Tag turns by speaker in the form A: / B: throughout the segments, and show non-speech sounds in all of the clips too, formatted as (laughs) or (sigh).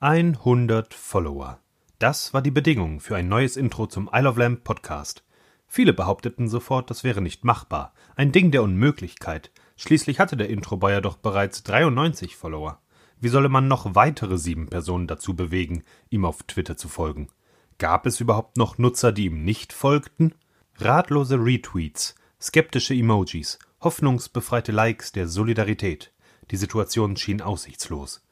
A: 100 Follower. Das war die Bedingung für ein neues Intro zum Isle of Lamp Podcast. Viele behaupteten sofort, das wäre nicht machbar, ein Ding der Unmöglichkeit. Schließlich hatte der Intro-Bayer doch bereits 93 Follower. Wie solle man noch weitere sieben Personen dazu bewegen, ihm auf Twitter zu folgen? Gab es überhaupt noch Nutzer, die ihm nicht folgten? Ratlose Retweets, skeptische Emojis, hoffnungsbefreite Likes der Solidarität. Die Situation schien aussichtslos.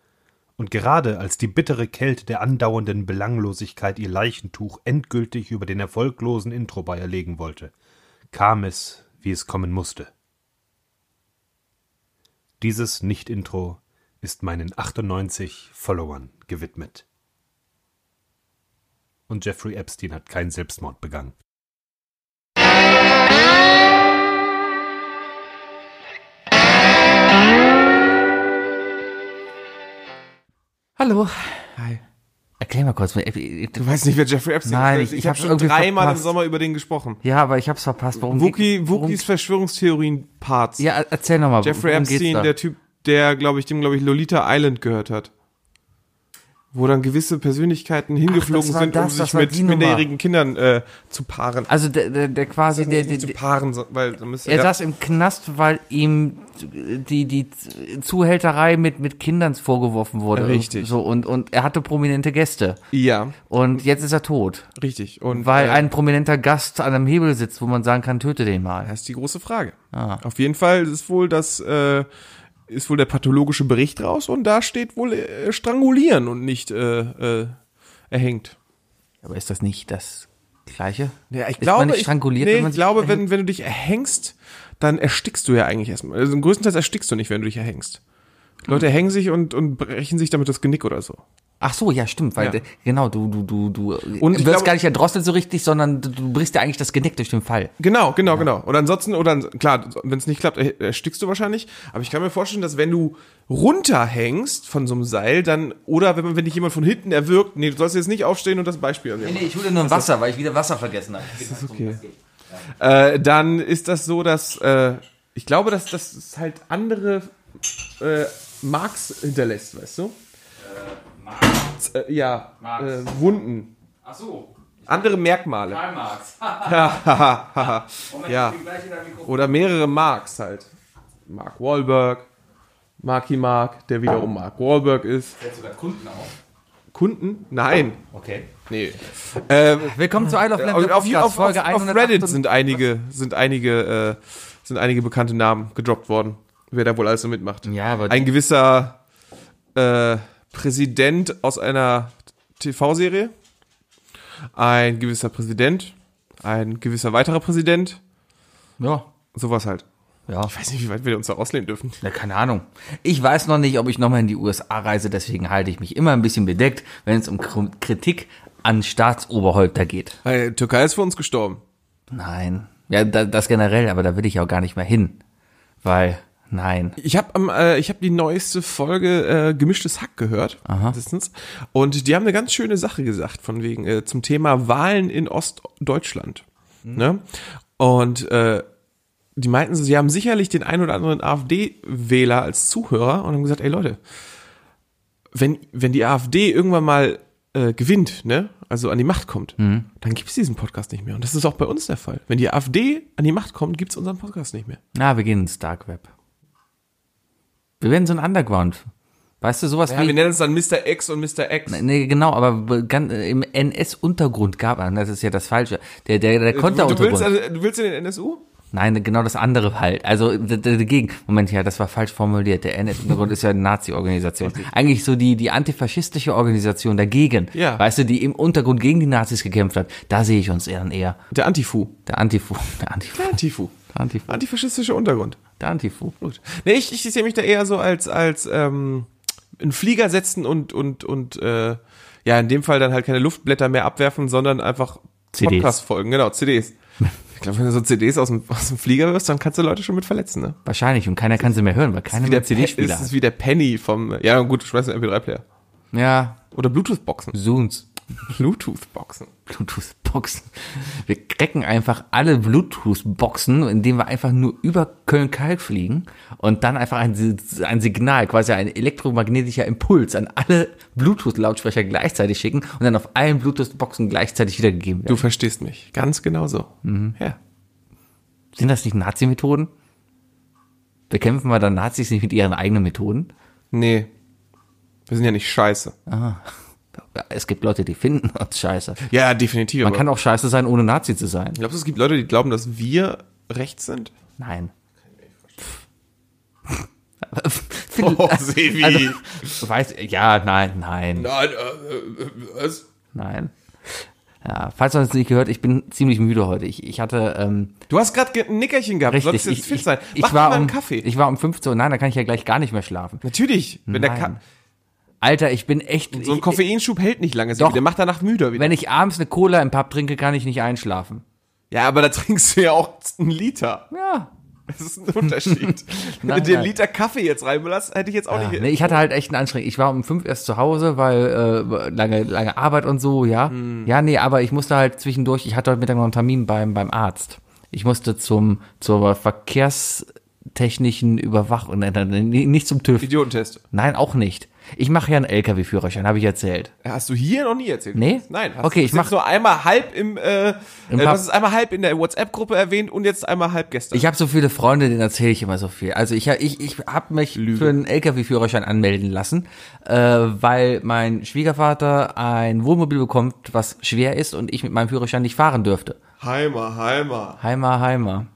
A: Und gerade als die bittere Kälte der andauernden Belanglosigkeit ihr Leichentuch endgültig über den erfolglosen Introbayer legen wollte, kam es, wie es kommen musste. Dieses Nicht-Intro ist meinen 98 Followern gewidmet. Und Jeffrey Epstein hat keinen Selbstmord begangen.
B: Hallo.
C: Hi.
B: Erklär mal kurz.
C: Du weißt nicht, wer Jeffrey Epstein
B: Nein,
C: ist.
B: ich- ich
C: hab
B: hab's irgendwie
C: dreimal
B: verpasst.
C: im Sommer über den gesprochen.
B: Ja, aber ich hab's verpasst. Worum
C: Wookie,
B: worum-
C: Wookies Verschwörungstheorien-Parts.
B: Ja, erzähl nochmal.
C: Jeffrey Epstein, der Typ, der, glaube ich, dem, glaube ich, Lolita Island gehört hat. Wo dann gewisse Persönlichkeiten hingeflogen
B: das war
C: sind,
B: das,
C: um
B: das
C: sich
B: war
C: mit
B: die Nummer.
C: minderjährigen Kindern äh, zu paaren.
B: also der, der, der quasi, der, der,
C: nicht zu
B: der,
C: paaren, so- weil da müsste
B: er
C: ja-
B: saß im Knast, weil ihm die, die Zuhälterei mit, mit Kindern vorgeworfen wurde.
C: Richtig.
B: So, und, und er hatte prominente Gäste.
C: Ja,
B: Und jetzt ist er tot.
C: richtig. Und
B: Weil
C: äh,
B: ein prominenter Gast an einem Hebel sitzt, wo man sagen kann, töte den mal.
C: Das ist die große Frage.
B: Ah.
C: Auf jeden Fall ist wohl das äh, ist wohl der pathologische Bericht raus und da steht wohl äh, strangulieren und nicht äh, äh, erhängt.
B: Aber ist das nicht das Gleiche?
C: Ja, ich
B: ist man
C: glaube,
B: nicht
C: ich,
B: stranguliert,
C: nee,
B: wenn man
C: ich
B: sich
C: glaube, wenn, wenn du dich erhängst, dann erstickst du ja eigentlich erstmal. Also größtenteils erstickst du nicht, wenn du dich erhängst. Leute
B: Hm.
C: erhängen sich und, und brechen sich damit das Genick oder so.
B: Ach so, ja, stimmt, weil
C: Ja.
B: de- genau, du du du du
C: Und ich
B: wirst
C: glaube-
B: gar nicht erdrosselt so richtig, sondern du, du brichst dir eigentlich das Genick durch den Fall.
C: Genau, genau, genau. Oder ansonsten, oder ans- klar, wenn es nicht klappt, er- erstickst du wahrscheinlich. Aber ich kann mir vorstellen, dass wenn du runterhängst von so einem Seil, dann, oder wenn, man- wenn dich jemand von hinten erwürgt, nee, du sollst jetzt nicht aufstehen und das Beispiel an mir machen.
B: ich hole nur Wasser, weil ich wieder Wasser vergessen habe.
C: äh, dann ist das so, dass äh, ich glaube, dass dass es halt andere äh, Marks hinterlässt, weißt du? Z- Äh, ja, äh, Wunden.
B: Ach so,
C: Andere Merkmale.
B: Karl
C: (laughs)
B: Marx.
C: ja. Oder mehrere Marks halt. Mark Wahlberg, Marky Mark, der wiederum Mark Wahlberg ist.
B: sogar Kunden auf.
C: Kunden? Nein.
B: Okay.
C: Nee. Ähm,
B: Willkommen zu Isle of Lamp.
C: auf,
B: der
C: auf,
B: Podcast,
C: auf, auf,
B: Folge
C: auf
B: 108.
C: Reddit sind einige, sind einige, äh, sind einige bekannte Namen gedroppt worden. Wer da wohl alles so mitmacht.
B: Ja, aber-
C: Ein gewisser äh, Präsident aus einer TV-Serie. Ein gewisser Präsident. Ein gewisser weiterer Präsident.
B: Ja.
C: Sowas halt.
B: Ja.
C: Ich weiß nicht, wie weit wir uns da auslehnen dürfen.
B: Na, keine Ahnung. Ich weiß noch nicht, ob ich nochmal in die USA reise, deswegen halte ich mich immer ein bisschen bedeckt, wenn es um Kr- Kritik an Staatsoberhäupter geht.
C: Weil Türkei ist für uns gestorben.
B: Nein. Ja, da, das generell, aber da will ich auch gar nicht mehr hin. Weil, nein.
C: Ich habe äh, ich hab die neueste Folge äh, Gemischtes Hack gehört. letztens. Und die haben eine ganz schöne Sache gesagt, von wegen äh, zum Thema Wahlen in Ostdeutschland. Ne? Und äh, die meinten, so, sie haben sicherlich den einen oder anderen AfD-Wähler als Zuhörer und haben gesagt, ey Leute, wenn, wenn die AfD irgendwann mal äh, gewinnt, ne, also an die Macht kommt, dann gibt es diesen Podcast nicht mehr. Und das ist auch bei uns der Fall. Wenn die AfD an die Macht kommt, gibt es unseren Podcast nicht mehr.
B: Na, wir gehen ins Dark Web. Wir werden so ein Underground. Weißt du, sowas
C: Ja, wir
B: wie.
C: nennen uns dann Mr. X und Mr. X.
B: Nee, genau, aber be- gan- äh, im NS-Untergrund gab es, das ist ja das Falsche. Der, der, der
C: Äh, du, willst,
B: Konteruntergrund.
C: also, du willst in den NSU?
B: Nein, genau das andere halt. Also d- d- dagegen. Moment, ja, das war falsch formuliert. Der NS-Untergrund ist ja eine Nazi-Organisation. Eigentlich so die, die antifaschistische Organisation dagegen.
C: Ja.
B: Weißt du, die im Untergrund gegen die Nazis gekämpft hat. Da sehe ich uns dann eher.
C: Der Antifu.
B: Der Antifu. (laughs) Der Antifu.
C: Der Antifu.
B: Der Antifu.
C: Antifaschistischer Untergrund.
B: Der Antifu.
C: Gut. Nee, ich, ich sehe mich da eher so als, als ähm, in Flieger setzen und, und, und äh, ja, in dem Fall dann halt keine Luftblätter mehr abwerfen, sondern einfach
B: CDs.
C: Podcast-Folgen, genau, (laughs) CDs. Ich glaube, wenn du so CDs aus dem, aus dem Flieger wirst, dann kannst du Leute schon mit verletzen, ne?
B: Wahrscheinlich. Und keiner kann sie mehr hören, weil keiner mehr
C: Pe-
B: CD-Spieler
C: es
B: hat.
C: ist wie der Penny vom, ja gut, du schmeißt einen MP3-Player.
B: Ja,
C: (laughs) Oder Bluetooth-Boxen.
B: Zooms.
C: Bluetooth-Boxen.
B: Bluetooth-Boxen. Wir cracken einfach alle Bluetooth-Boxen, indem wir einfach nur über Köln-Kalk fliegen und dann einfach ein, Si- ein Signal, quasi ein elektromagnetischer Impuls an alle Bluetooth-Lautsprecher gleichzeitig schicken und dann auf allen Bluetooth-Boxen gleichzeitig wiedergegeben
C: Du
B: werden.
C: verstehst mich. Ganz genau so. Ja.
B: Sind das nicht Nazi-Methoden? Bekämpfen wir dann Nazis nicht mit ihren eigenen Methoden?
C: Nee. Wir sind ja nicht scheiße.
B: Es gibt Leute, die finden (laughs) uns scheiße.
C: Ja, definitiv.
B: Man
C: aber-
B: kann auch scheiße sein, ohne Nazi zu sein.
C: Glaubst du, es gibt Leute, die glauben, dass wir
B: (laughs)
C: rechts sind?
B: Nein. (laughs)
C: (laughs) Oh, Sevi.
B: Also, weiß, ja, nein, nein,
C: Nein, äh, was?
B: nein. Ja, falls man es nicht gehört, ich bin ziemlich müde heute. Ich, ich hatte, ähm,
C: Du hast gerade ein Nickerchen gehabt,
B: richtig,
C: solltest jetzt
B: ich,
C: fit
B: ich,
C: sein.
B: ich
C: Mach
B: war
C: dir mal einen
B: um,
C: Kaffee.
B: ich war um 15 Uhr, nein, da kann ich ja gleich gar nicht mehr schlafen.
C: Natürlich, wenn der
B: Nein.
C: Ka
B: Alter, ich bin echt,
C: so ein
B: ich,
C: Koffeinschub hält nicht lange,
B: Doch.
C: der macht danach müder wieder.
B: wenn ich abends eine Cola im Pub trinke, kann ich nicht einschlafen.
C: Ja, aber da trinkst du ja auch einen Liter.
B: Ja.
C: Das
B: (laughs)
C: ist ein Unterschied. wenn du
B: Nein,
C: dir einen
B: nein.
C: Liter Kaffee jetzt reinbelasst, hätte ich jetzt auch
B: Ja,
C: nicht.
B: nee, ich hatte halt echt einen Anstrengung. Ich war um fünf erst zu Hause, weil äh, lange, lange Arbeit und so, ja. Ja, nee, aber ich musste halt zwischendurch, ich hatte heute Mittag noch einen Termin beim, beim Arzt. Ich musste zum, zur verkehrstechnischen Überwachung, nein, nein, nee, nicht zum TÜV.
C: Idiotentest.
B: Nein, auch nicht. Ich mache ja einen LKW-Führerschein, habe ich erzählt.
C: Hast du hier noch nie erzählt?
B: Nee.
C: Nein. Hast
B: Okay,
C: du
B: ich
C: das
B: mach-
C: jetzt nur einmal halb im, äh, äh, du
B: Pub-
C: hast es einmal halb in der WhatsApp-Gruppe erwähnt und jetzt einmal halb gestern.
B: Ich habe so viele Freunde, denen erzähle ich immer so viel. Also ich, hab- ich, ich habe mich für einen LKW-Führerschein anmelden lassen, äh, weil mein Schwiegervater ein Wohnmobil bekommt, was schwer ist und ich mit meinem Führerschein nicht fahren dürfte.
C: Heimer, Heimer.
B: Heimer, Heimer.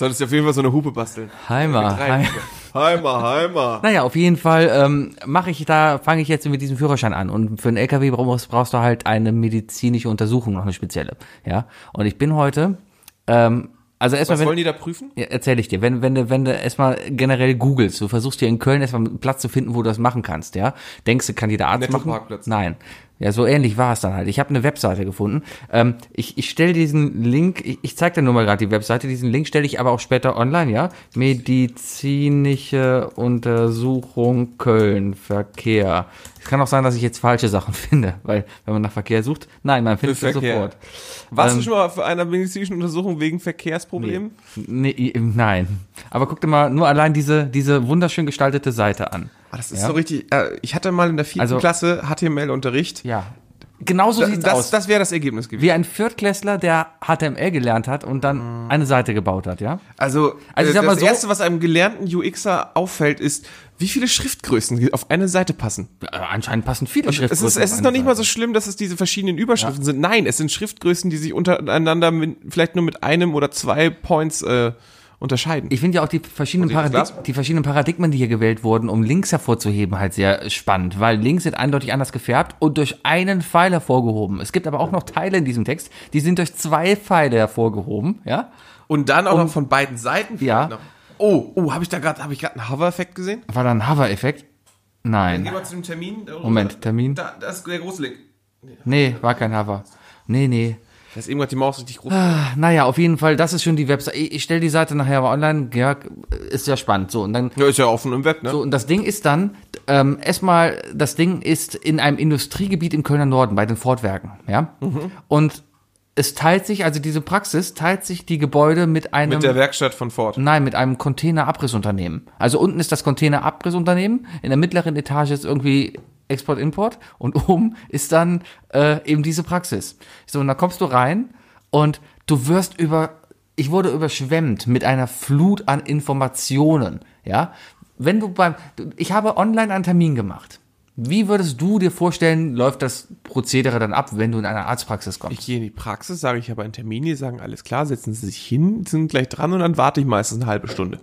C: Solltest du auf jeden Fall so eine Hupe basteln.
B: Heimer. Heimer.
C: Heimer, Heimer.
B: (laughs) Naja, auf jeden Fall ähm, mache ich da, fange ich jetzt mit diesem Führerschein an. Und für einen LKW brauchst, brauchst du halt eine medizinische Untersuchung, noch eine spezielle. Ja. Und ich bin heute, ähm, also erstmal,
C: Was
B: wenn,
C: wollen die da prüfen?
B: Ja, erzähl ich dir. Wenn, wenn, du- wenn du erstmal generell googelst, du versuchst hier in Köln erstmal einen Platz zu finden, wo du das machen kannst, ja? Denkst du, kann jeder Arzt machen?
C: Nettoparkplatz.
B: Nein. Ja, so ähnlich war es dann halt. Ich habe eine Webseite gefunden. Ähm, ich ich stelle diesen Link, ich, ich zeige dir nur mal gerade die Webseite, diesen Link stelle ich aber auch später online, ja? Medizinische Untersuchung Köln, Verkehr. Es kann auch sein, dass ich jetzt falsche Sachen (laughs) finde, weil wenn man nach Verkehr sucht, nein, man findet es
C: Verkehr.
B: sofort.
C: Warst
B: Ähm,
C: du schon mal auf einer medizinischen Untersuchung wegen Verkehrsproblemen?
B: Nee, i- nein. Aber guck dir mal nur allein diese, diese wunderschön gestaltete Seite an.
C: Ah, das ist so richtig. Äh, ich hatte mal in der vierten
B: Also-
C: Klasse HTML-Unterricht.
B: Ja. Genauso
C: Da-
B: sieht's
C: das
B: aus.
C: das wäre das Ergebnis gewesen.
B: Wie ein Viertklässler, der HTML gelernt hat und dann eine Seite gebaut hat, ja?
C: Also,
B: Also
C: also
B: ich sag mal
C: das
B: so-
C: Erste, was einem gelernten UXer auffällt, ist, wie viele Schriftgrößen auf eine Seite passen.
B: Äh, Anscheinend passen viele (laughs)
C: Es
B: Schriften.
C: ist, es ist noch nicht mal so schlimm, dass es diese verschiedenen Überschriften sind. Nein, es sind Schriftgrößen, die sich untereinander mit, vielleicht nur mit einem oder zwei Points äh, unterscheiden.
B: Ich finde ja auch die verschiedenen,
C: Muss ich das
B: Paradig die verschiedenen Paradigmen, die hier gewählt wurden, um links hervorzuheben, halt sehr spannend, weil links sind eindeutig anders gefärbt und durch einen Pfeil hervorgehoben. Es gibt aber auch noch Teile in diesem Text, die sind durch zwei Pfeile hervorgehoben, ja?
C: Und dann auch noch von beiden Seiten.
B: um- Ja.
C: vielleicht Noch. Oh, oh, habe ich da gerade, habe ich gerade einen Hover-Effekt gesehen?
B: War da ein Hover-Effekt? Nein.
C: Geh mal zu dem Termin.
B: Moment, Termin?
C: Da, das ist der große Link.
B: Nee, war kein Hover. Nee, nee.
C: Da ist irgendwann die Maus richtig groß.
B: Naja, auf jeden Fall, das ist schon die Webseite. Ich, ich stelle die Seite nachher mal online. Ja, ist ja spannend. So, und dann.
C: Ja, ist ja offen im Web, ne?
B: So, und das Ding ist dann, ähm, erstmal, das Ding ist in einem Industriegebiet im Kölner Norden, bei den Fortwerken, ja.
C: Mhm.
B: Und es teilt sich, also diese Praxis teilt sich die Gebäude mit einem.
C: Mit der Werkstatt von Ford.
B: Nein, mit einem Containerabbrissunternehmen. Also unten ist das Containerabrissunternehmen, in der mittleren Etage ist irgendwie Export-Import und (laughs) oben ist dann äh, eben diese Praxis. So, und da kommst du rein und du wirst über, ich wurde überschwemmt mit einer Flut an Informationen, ja. Wenn du beim, du- ich habe online einen Termin gemacht. Wie würdest du dir vorstellen, läuft das Prozedere dann ab, wenn du in eine Arztpraxis kommst?
C: Ich gehe in die Praxis, sage ich habe einen Termin, die sagen, alles klar, setzen Sie sich hin, sind gleich dran und dann warte ich meistens eine halbe Stunde.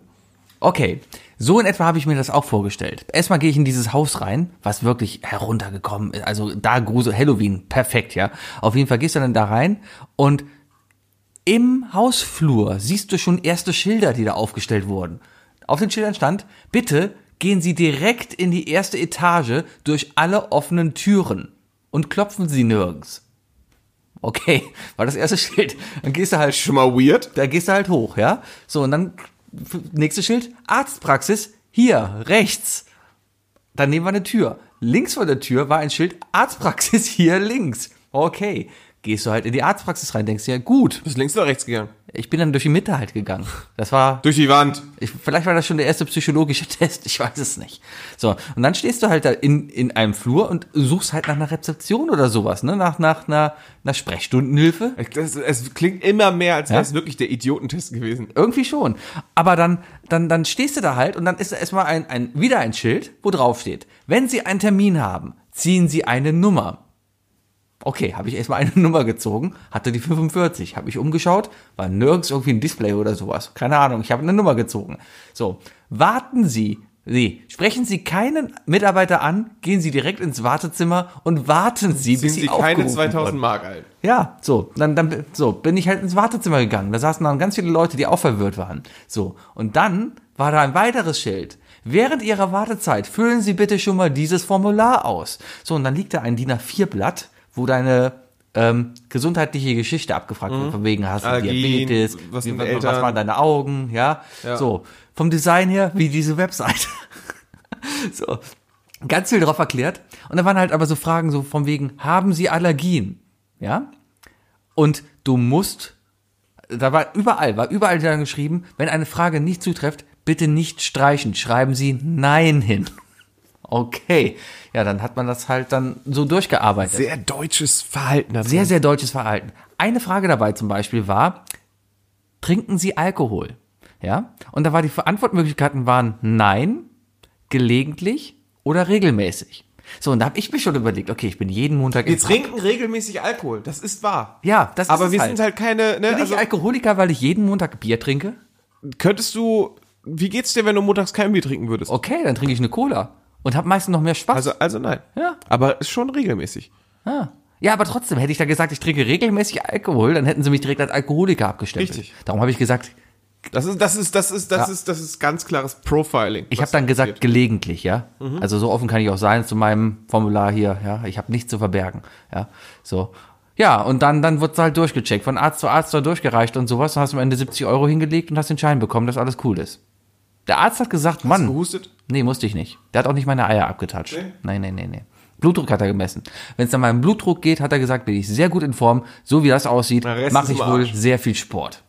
B: Okay, so in etwa habe ich mir das auch vorgestellt. Erstmal gehe ich in dieses Haus rein, was wirklich heruntergekommen ist. Also da Grusel, Halloween, perfekt, ja. Auf jeden Fall gehst du dann da rein und im Hausflur siehst du schon erste Schilder, die da aufgestellt wurden. Auf den Schildern stand, bitte gehen Sie direkt in die erste Etage durch alle offenen Türen und klopfen Sie nirgends. Okay, war das erste (laughs) Schild. Dann gehst du halt
C: Schon mal weird.
B: da gehst du halt hoch, ja? So, und dann f- nächstes Schild, Arztpraxis, hier, rechts. Daneben war eine Tür. Links von der Tür war ein Schild, Arztpraxis, (laughs) hier links. Okay, gehst du halt in die Arztpraxis rein, denkst dir, gut,
C: Bist links oder rechts gegangen?
B: ich bin dann durch die Mitte halt gegangen. Das war
C: Durch die Wand.
B: Ich, vielleicht war das schon der erste psychologische (laughs) Test, ich weiß es nicht. So, und dann stehst du halt da in, in einem Flur und suchst halt nach einer Rezeption oder sowas, ne? Nach, nach einer, einer Sprechstundenhilfe.
C: Das, es klingt immer mehr, als wäre es wirklich der Idiotentest gewesen.
B: Irgendwie schon. Aber dann, dann, dann stehst du da halt und dann ist da erstmal ein, ein, wieder ein Schild, wo drauf steht, wenn Sie einen Termin haben, ziehen Sie eine Nummer. Okay, habe ich erstmal (laughs) eine Nummer gezogen, hatte die 45, habe ich umgeschaut, war nirgends irgendwie ein Display oder sowas. Keine Ahnung, ich habe eine Nummer gezogen. So, warten Sie. Nee, sprechen Sie keinen Mitarbeiter an, gehen Sie direkt ins Wartezimmer und warten Sie,
C: Sind
B: bis Sie,
C: Sie keine
B: aufgerufen
C: 2000
B: wurden.
C: Mark alt.
B: Ja, so, dann, dann so, bin ich halt ins Wartezimmer gegangen. Da saßen dann ganz viele Leute, die auch verwirrt waren. So, und dann war da ein weiteres Schild. Während Ihrer Wartezeit füllen Sie bitte schon mal dieses Formular aus. So, und dann liegt da ein DIN A4-Blatt, wo deine ähm, gesundheitliche Geschichte abgefragt wird. Von wegen, hast du
C: Mhm. Allergien,
B: Diabetes,
C: was
B: wie-
C: sind
B: was,
C: Eltern?
B: was waren deine Augen, ja?
C: Ja.
B: So, vom Design her, wie diese Webseite. (laughs) so, ganz viel drauf erklärt. Und da waren halt aber so Fragen so von wegen, haben Sie Allergien? Ja? Und du musst, da war überall, war überall dann geschrieben, wenn eine Frage nicht zutrifft, bitte nicht streichen, schreiben Sie Nein hin. Okay, ja, dann hat man das halt dann so durchgearbeitet.
C: Sehr deutsches Verhalten. hat
B: Sehr,
C: man.
B: sehr deutsches Verhalten. Eine Frage dabei zum Beispiel war, trinken Sie Alkohol? Ja? Und da war die Antwortmöglichkeiten waren nein, gelegentlich oder regelmäßig. So, und da habe ich mir schon überlegt, okay, ich bin jeden Montag
C: Wir
B: im Pub.
C: trinken regelmäßig Alkohol. Das ist wahr.
B: Ja, das
C: Aber
B: ist es
C: wir
B: halt.
C: sind halt keine. Ne,
B: Bin
C: also,
B: ich Alkoholiker, weil ich jeden Montag Bier trinke?
C: könntest du. Wie geht's dir, wenn du montags kein Bier trinken würdest?
B: Okay, dann trinke ich eine Cola und habe meistens noch mehr Spaß.
C: Also, also nein.
B: Ja.
C: Aber ist schon regelmäßig.
B: ah. Ja, aber trotzdem hätte ich da gesagt, ich trinke regelmäßig Alkohol, dann hätten sie mich direkt als Alkoholiker abgestempelt.
C: Richtig.
B: Darum habe ich gesagt,
C: Das ist, das ist, das ist, das
B: Ja.
C: ist, das ist ganz klares Profiling.
B: Ich
C: was
B: habe dann
C: da
B: gesagt,
C: passiert. Mhm.
B: gelegentlich, ja. Also so offen kann ich auch sein zu meinem Formular hier, ja. Ich habe nichts zu verbergen, ja. So. Ja, und dann, dann wird's halt durchgecheckt, von Arzt zu Arzt da durchgereicht und sowas. Dann hast du am Ende 70 Euro hingelegt und hast den Schein bekommen, dass alles cool ist. Der Arzt hat gesagt,
C: Hast du
B: Mann,
C: gehustet?
B: nee, musste ich nicht. Der hat auch nicht meine Eier abgetatscht. Nein, nein, nein, nein. Blutdruck hat er gemessen. Wenn es dann meinem Blutdruck geht, hat er gesagt, bin ich sehr gut in Form. So wie das aussieht,
C: Der Rest ist
B: mache ich
C: im
B: wohl
C: Arsch.
B: sehr viel Sport.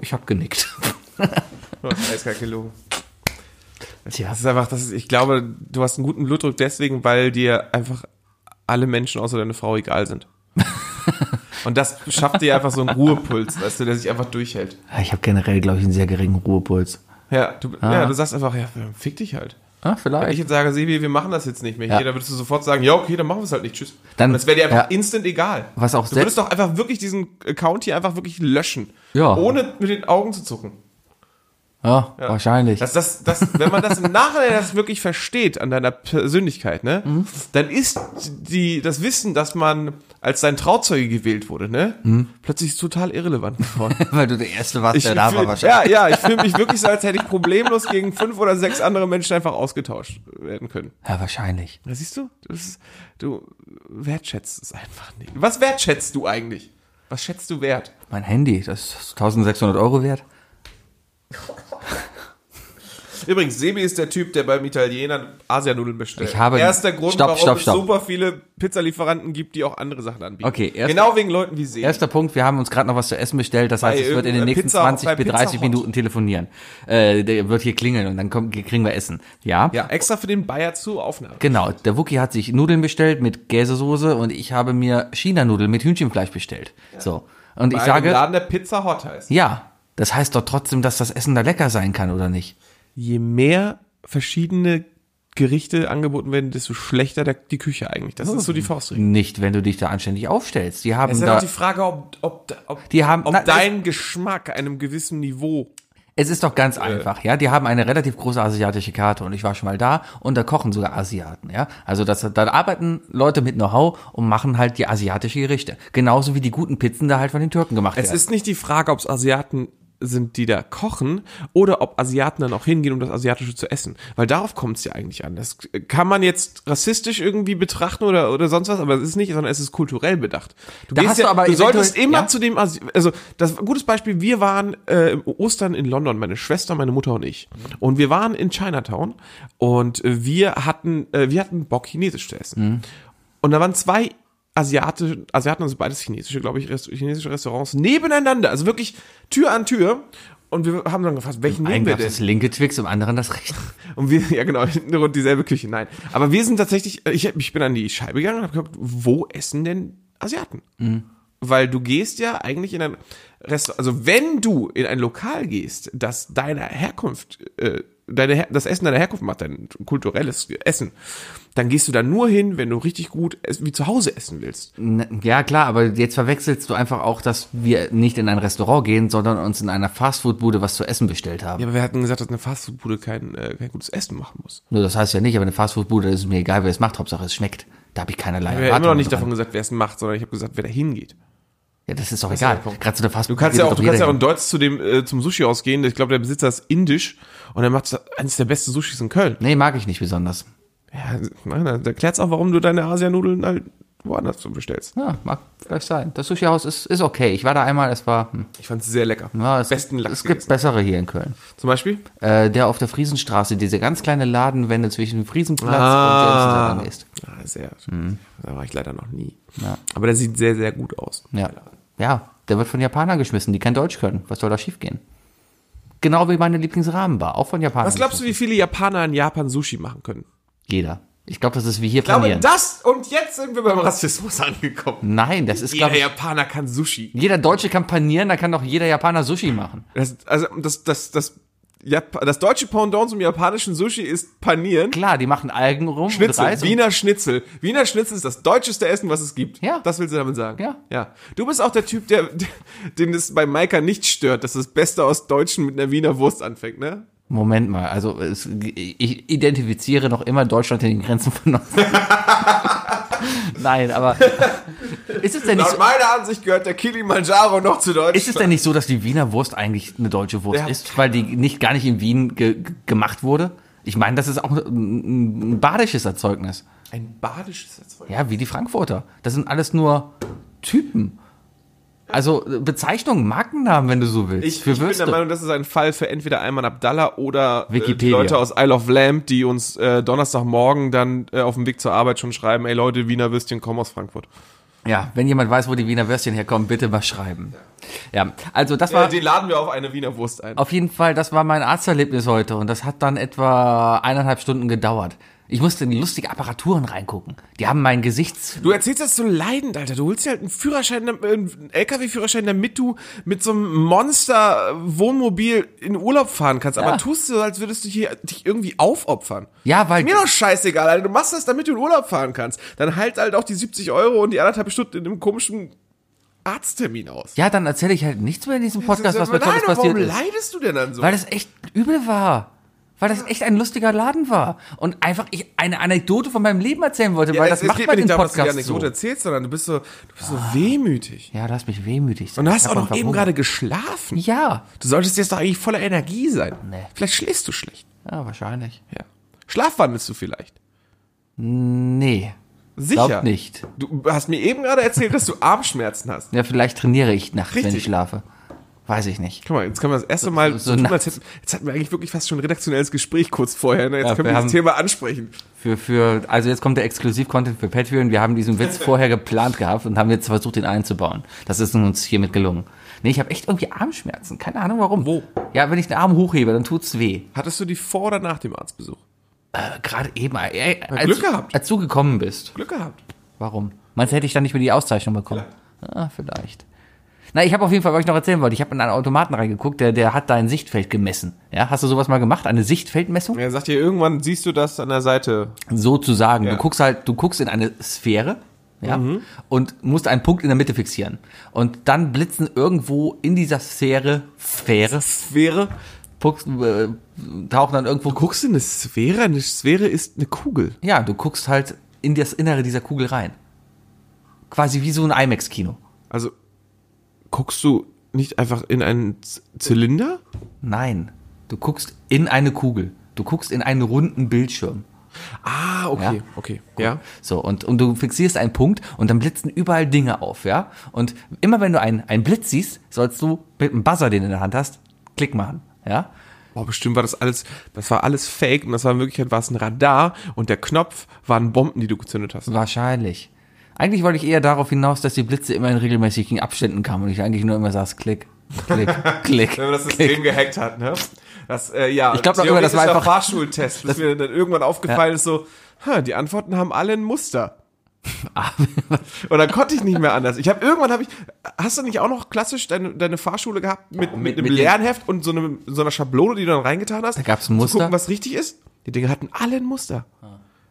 B: Ich habe genickt.
C: Du hast eiskalt gelogen.
B: Tja. (laughs)
C: Oh, Das ist einfach, das ist, ich glaube, du hast einen guten Blutdruck deswegen, weil dir einfach alle Menschen außer deine Frau egal sind. Und das schafft dir einfach so einen Ruhepuls, weißt du, der sich einfach durchhält.
B: Ich habe generell, glaube ich, einen sehr geringen Ruhepuls.
C: Ja, du, ja, du sagst einfach, ja, fick dich halt.
B: Ah,
C: Wenn
B: vielleicht.
C: ich jetzt sage, Sebi, wir machen das jetzt nicht mehr
B: Ja.
C: hier, dann würdest du sofort sagen, ja, okay, dann machen wir es halt nicht, tschüss.
B: Dann-
C: Und das wäre dir einfach
B: ja.
C: instant egal.
B: Was auch
C: du
B: selbst-
C: würdest doch einfach wirklich diesen Account hier einfach wirklich löschen.
B: Ja.
C: Ohne mit den Augen zu zucken.
B: Ja, wahrscheinlich.
C: Das, das, das, wenn man das im Nachhinein das wirklich versteht an deiner Persönlichkeit, ne,
B: Mhm.
C: dann ist die, das Wissen, dass man als sein Trauzeuge gewählt wurde, ne,
B: Mhm.
C: plötzlich total irrelevant geworden.
B: (laughs) Weil du der Erste warst,
C: Ich,
B: der da war
C: fühl,
B: wahrscheinlich.
C: ja, ja, ich fühle mich wirklich so, als hätte ich problemlos gegen fünf oder sechs andere Menschen einfach ausgetauscht werden können.
B: Ja. wahrscheinlich.
C: Da siehst du, das ist, du wertschätzt es einfach nicht. Was wertschätzt du eigentlich? Was schätzt du wert?
B: Mein Handy, das ist 1600 Euro wert.
C: Übrigens, Sebi ist der Typ, der beim Italiener Asianudeln bestellt.
B: Ich habe-
C: Erster Grund,
B: Stopp,
C: warum
B: stopp, stopp.
C: es super viele Pizzalieferanten gibt, die auch andere Sachen anbieten.
B: Okay, erst-
C: genau wegen Leuten wie Sebi.
B: Erster Punkt, wir haben uns gerade noch was zu essen bestellt. Das heißt,
C: Bei
B: es wird in den
C: irgendeiner
B: nächsten
C: Pizza-
B: 20
C: bei
B: bis
C: Pizza
B: 30
C: Hut.
B: Minuten telefonieren. Äh, der wird hier klingeln und dann kommen, kriegen wir Essen. Ja?
C: ja, extra für den Bayer zur Aufnahme.
B: Genau, der Wookie hat sich Nudeln bestellt mit Gäsesoße und ich habe mir China-Nudeln mit Hühnchenfleisch bestellt. So. Und ich
C: Bei einem
B: sage,
C: Laden, der Pizza Hot heißt.
B: ja, das heißt doch trotzdem, dass das Essen da lecker sein kann, oder nicht?
C: Je mehr verschiedene Gerichte angeboten werden, desto schlechter der, die Küche eigentlich. Das ist so die Faustregel.
B: Nicht, wenn du dich da anständig aufstellst. Die haben
C: Es ist
B: da,
C: auch die Frage, ob, ob, ob,
B: Die haben-
C: ob
B: na,
C: dein Geschmack einem gewissen Niveau
B: Es ist doch
C: Äh.
B: ganz einfach, ja. Die haben eine relativ große asiatische Karte und ich war schon mal da und da kochen sogar Asiaten, ja. Also das, da arbeiten Leute mit Know-how und machen halt die asiatische Gerichte. Genauso wie die guten Pizzen da halt von den Türken gemacht
C: Es
B: werden.
C: ist nicht die Frage, ob es Asiaten sind, die da kochen, oder ob Asiaten dann auch hingehen, um das Asiatische zu essen. Weil darauf kommt es ja eigentlich an. Das kann man jetzt rassistisch irgendwie betrachten oder, oder sonst was, aber es ist nicht, sondern es ist kulturell bedacht. Du,
B: Da hast du aber
C: du
B: eventuell-
C: solltest immer
B: ja.
C: zu dem, Asi also das gutes Beispiel, wir waren äh, im Ostern in London, meine Schwester, meine Mutter und ich.
B: Mhm.
C: Und wir waren in Chinatown
B: Mhm.
C: und äh, wir hatten, äh, wir hatten Bock, Chinesisch zu essen. Und da waren zwei Asiate, Asiaten, also beides chinesische, glaube ich, Rest, chinesische Restaurants nebeneinander, also wirklich Tür an Tür. Und wir haben dann gefragt, welchen nehmen
B: Einen
C: wir
B: gab
C: denn?
B: das linke Twix, im anderen das rechte.
C: Und wir, (laughs) ja genau, rund dieselbe Küche, nein. Aber wir sind tatsächlich, ich, ich bin an die Scheibe gegangen und habe geguckt, wo essen denn Asiaten? Weil du gehst ja eigentlich in ein Restaurant, also wenn du in ein Lokal gehst, das deiner Herkunft, äh, deine, Her- das Essen deiner Herkunft macht, dein kulturelles Essen, dann gehst du da nur hin, wenn du richtig gut es- wie zu Hause essen willst.
B: N- Ne, Ja, klar, aber jetzt verwechselst du einfach auch, dass wir nicht in ein Restaurant gehen, sondern uns in einer Fastfood-Bude was zu essen bestellt haben.
C: Ja, aber wir hatten gesagt, dass eine Fastfood-Bude kein, äh, kein gutes Essen machen muss.
B: Nur das heißt ja nicht, aber eine Fastfood-Bude ist es mir egal, wer es macht, Hauptsache es schmeckt. Da habe ich keinerlei
C: Ich habe immer noch
B: Erwartungen
C: nicht
B: dran.
C: davon gesagt, wer es macht, sondern ich habe gesagt, wer da hingeht.
B: Ja, das ist doch egal. Gerade zu der Fastfood.
C: Du kannst ja auch, du kannst ja auch in Deutsch zu dem, äh, zum Sushi ausgehen. Ich glaube, der Besitzer ist indisch und er macht eines der besten Sushis in Köln.
B: Nee, mag ich nicht besonders.
C: Ja, nein, dann erklärt's auch, warum du deine Asianudeln halt woanders so bestellst.
B: Ja, mag vielleicht sein. Das Sushi-Haus ist, ist okay. Ich war da einmal, es war. Hm.
C: Ich fand's sehr lecker.
B: Ja, es,
C: Besten Lachs
B: es gibt
C: gegessen.
B: bessere hier in Köln.
C: Zum Beispiel?
B: Äh, der auf der Friesenstraße, diese ganz kleine Ladenwende zwischen dem Friesenplatz
C: Ah.
B: und Jamestown ist.
C: Ah, sehr. Da war ich leider noch nie.
B: Mhm. Ja.
C: Aber der sieht sehr, sehr gut aus.
B: Ja. ja, der wird von Japanern geschmissen, die kein Deutsch können. Was soll da schiefgehen? Genau wie meine Lieblingsrahmenbar, auch von Japanern.
C: Was glaubst du, wie viele Japaner in Japan Sushi machen können?
B: geschmissen. Jeder. Ich glaube, das ist wie hier
C: Ich glaube,
B: planieren.
C: das und jetzt sind wir beim Rassismus (laughs) angekommen.
B: Nein, das ist,
C: Jeder
B: glaube ich,
C: Japaner kann Sushi.
B: jeder Deutsche kann panieren, da kann doch jeder Japaner Sushi machen.
C: Das, also das, das, das, Jap das deutsche Pendant zum japanischen Sushi ist Panieren.
B: Klar, die machen Algen rum
C: Schnitzel,
B: und Reis. Und
C: Wiener Schnitzel. Wiener Schnitzel ist das deutscheste Essen, was es gibt.
B: Ja.
C: Das willst du damit sagen?
B: Ja.
C: Ja. Du bist auch der Typ, der, (laughs) der den es bei Maika nicht stört, dass das Beste aus Deutschen mit einer Wiener Wurst anfängt, ne?
B: Moment mal, also es, ich identifiziere noch immer Deutschland in den Grenzen von uns. (laughs) Nein, aber ist es denn nicht
C: Laut
B: so,
C: meiner Ansicht gehört der Kilimanjaro noch zu Deutschland.
B: ist es denn nicht so, dass die Wiener Wurst eigentlich eine deutsche Wurst
C: Ja.
B: ist, weil die nicht gar nicht in Wien ge ge- gemacht wurde? Ich meine, das ist auch ein, ein badisches Erzeugnis.
C: ein badisches Erzeugnis?
B: Ja, wie die Frankfurter. Das sind alles nur Typen. Also Bezeichnungen, Markennamen, wenn du so willst.
C: Ich, ich bin der
B: Würste.
C: Meinung, das ist ein Fall für entweder Ayman Abdallah oder äh, die
B: Wikipedia.
C: Leute aus Isle of Lamp, die uns äh, Donnerstagmorgen dann äh, auf dem Weg zur Arbeit schon schreiben, ey Leute, Wiener Würstchen kommen aus Frankfurt.
B: Ja, wenn jemand weiß, wo die Wiener Würstchen herkommen, bitte mal schreiben. Ja, also das war
C: Äh, die laden wir auf eine Wiener Wurst ein.
B: auf jeden Fall, das war mein Arzterlebnis heute und das hat dann etwa eineinhalb Stunden gedauert. Ich musste in lustige Apparaturen reingucken. Die haben mein Gesichts...
C: Du erzählst das so leidend, Alter. Du holst dir halt einen Führerschein, äh, einen LKW-Führerschein, damit du mit so einem Monster-Wohnmobil in Urlaub fahren kannst. Aber
B: Ja.
C: tust du so, als würdest du hier dich irgendwie aufopfern.
B: Ja, weil-
C: Mir doch scheißegal, Alter. Du machst das, damit du in Urlaub fahren kannst. Dann halt halt auch die 70 Euro und die anderthalb Stunden in einem komischen Arzttermin aus.
B: Ja, dann erzähle ich halt nichts mehr in diesem Podcast, was mir
C: Nein,
B: Tolles
C: aber warum
B: passiert ist.
C: leidest du denn dann so?
B: Weil das echt übel war. Weil das echt ein lustiger Laden war. Und einfach ich eine Anekdote von meinem Leben erzählen wollte, weil das macht man im
C: dass du
B: Podcast
C: die
B: so. Ah.
C: Anekdote erzählst, sondern du bist so, du bist so wehmütig.
B: Ja, du hast mich wehmütig.
C: Und du hast auch noch
B: Verwundert.
C: eben gerade geschlafen.
B: Ja.
C: Du solltest jetzt doch eigentlich voller Energie sein.
B: Nee.
C: Vielleicht schläfst du schlecht.
B: Ja, wahrscheinlich.
C: Ja. Schlafwandelst du vielleicht.
B: Nee,
C: Sicher.
B: glaubt nicht.
C: Du hast mir eben gerade erzählt, dass du (laughs) Armschmerzen hast.
B: Ja, vielleicht trainiere ich nachts, wenn
C: Richtig.
B: ich schlafe. Weiß ich nicht.
C: Guck mal, jetzt können wir das erste Mal
B: so
C: so, tun,
B: nachts.
C: als hätten, jetzt hatten wir eigentlich wirklich fast schon ein redaktionelles Gespräch kurz vorher. Ne? Jetzt
B: Ja,
C: können
B: wir
C: wir
B: haben-
C: das Thema ansprechen.
B: Für, für, also jetzt kommt der Exklusiv-Content für Patreon. Wir haben diesen
C: (laughs)
B: Witz vorher geplant gehabt und haben jetzt versucht, den einzubauen. Das ist uns hiermit gelungen. Nee, ich habe echt irgendwie Armschmerzen. Keine Ahnung warum.
C: Wo?
B: Ja, wenn ich den Arm hochhebe, dann tut's weh.
C: Hattest du die vor oder nach dem Arztbesuch?
B: Äh, Gerade eben, äh, äh, als,
C: Glück gehabt.
B: als du gekommen bist.
C: Glück gehabt.
B: Warum? Meinst du, hätte ich dann nicht mehr die Auszeichnung bekommen? Ah, vielleicht. Na, ich habe auf jeden Fall, was ich noch erzählen wollte, ich habe in einen Automaten reingeguckt, der, der hat dein Sichtfeld gemessen. Ja, hast du sowas mal gemacht? Eine Sichtfeldmessung?
C: Er sagt dir, irgendwann siehst du das an der Seite.
B: Sozusagen. Du guckst halt, du guckst in eine Sphäre. Ja,
C: Mhm.
B: und musst einen Punkt in der Mitte fixieren. Und dann blitzen irgendwo in dieser Sphäre, Sphäre,
C: Sphäre.
B: guckst, äh, tauchen dann irgendwo
C: Guckst du in eine Sphäre? Eine Sphäre ist eine Kugel.
B: Ja, du guckst halt in das Innere dieser Kugel rein. Quasi wie so ein IMAX-Kino.
C: Also, guckst du nicht einfach in einen Z Zylinder?
B: Nein, du guckst in eine Kugel. Du guckst in einen runden Bildschirm.
C: Ah, okay,
B: Ja.
C: okay. Ja.
B: So, und, und du fixierst einen Punkt und dann blitzen überall Dinge auf, ja? Und immer wenn du einen, einen Blitz siehst, sollst du mit dem Buzzer, den du in der Hand hast, Klick machen, ja?
C: Boah, bestimmt war das alles, das war alles fake und das war in Wirklichkeit war es ein Radar und der Knopf waren Bomben, die du gezündet hast.
B: Wahrscheinlich. Eigentlich wollte ich eher darauf hinaus, dass die Blitze immer in regelmäßigen Abständen kamen und ich eigentlich nur immer saß, klick,
C: (laughs)
B: klick, klick.
C: Wenn man das System gehackt hat, ne? Das, äh, ja,
B: Ich glaub noch immer, das war
C: theoretischer
B: einfach-
C: Fahrschultest, bis mir dann irgendwann aufgefallen ist, so, ha, die Antworten haben alle ein Muster. Und dann konnte ich nicht mehr anders. Ich habe irgendwann habe ich, hast du nicht auch noch klassisch deine, deine Fahrschule gehabt mit, mit, einem
B: mit den-
C: Lernheft und so, einem, so einer Schablone, die du dann reingetan hast? Da
B: gab's ein Muster? Ah.
C: Zu gucken, was richtig ist? Die Dinge hatten alle ein Muster.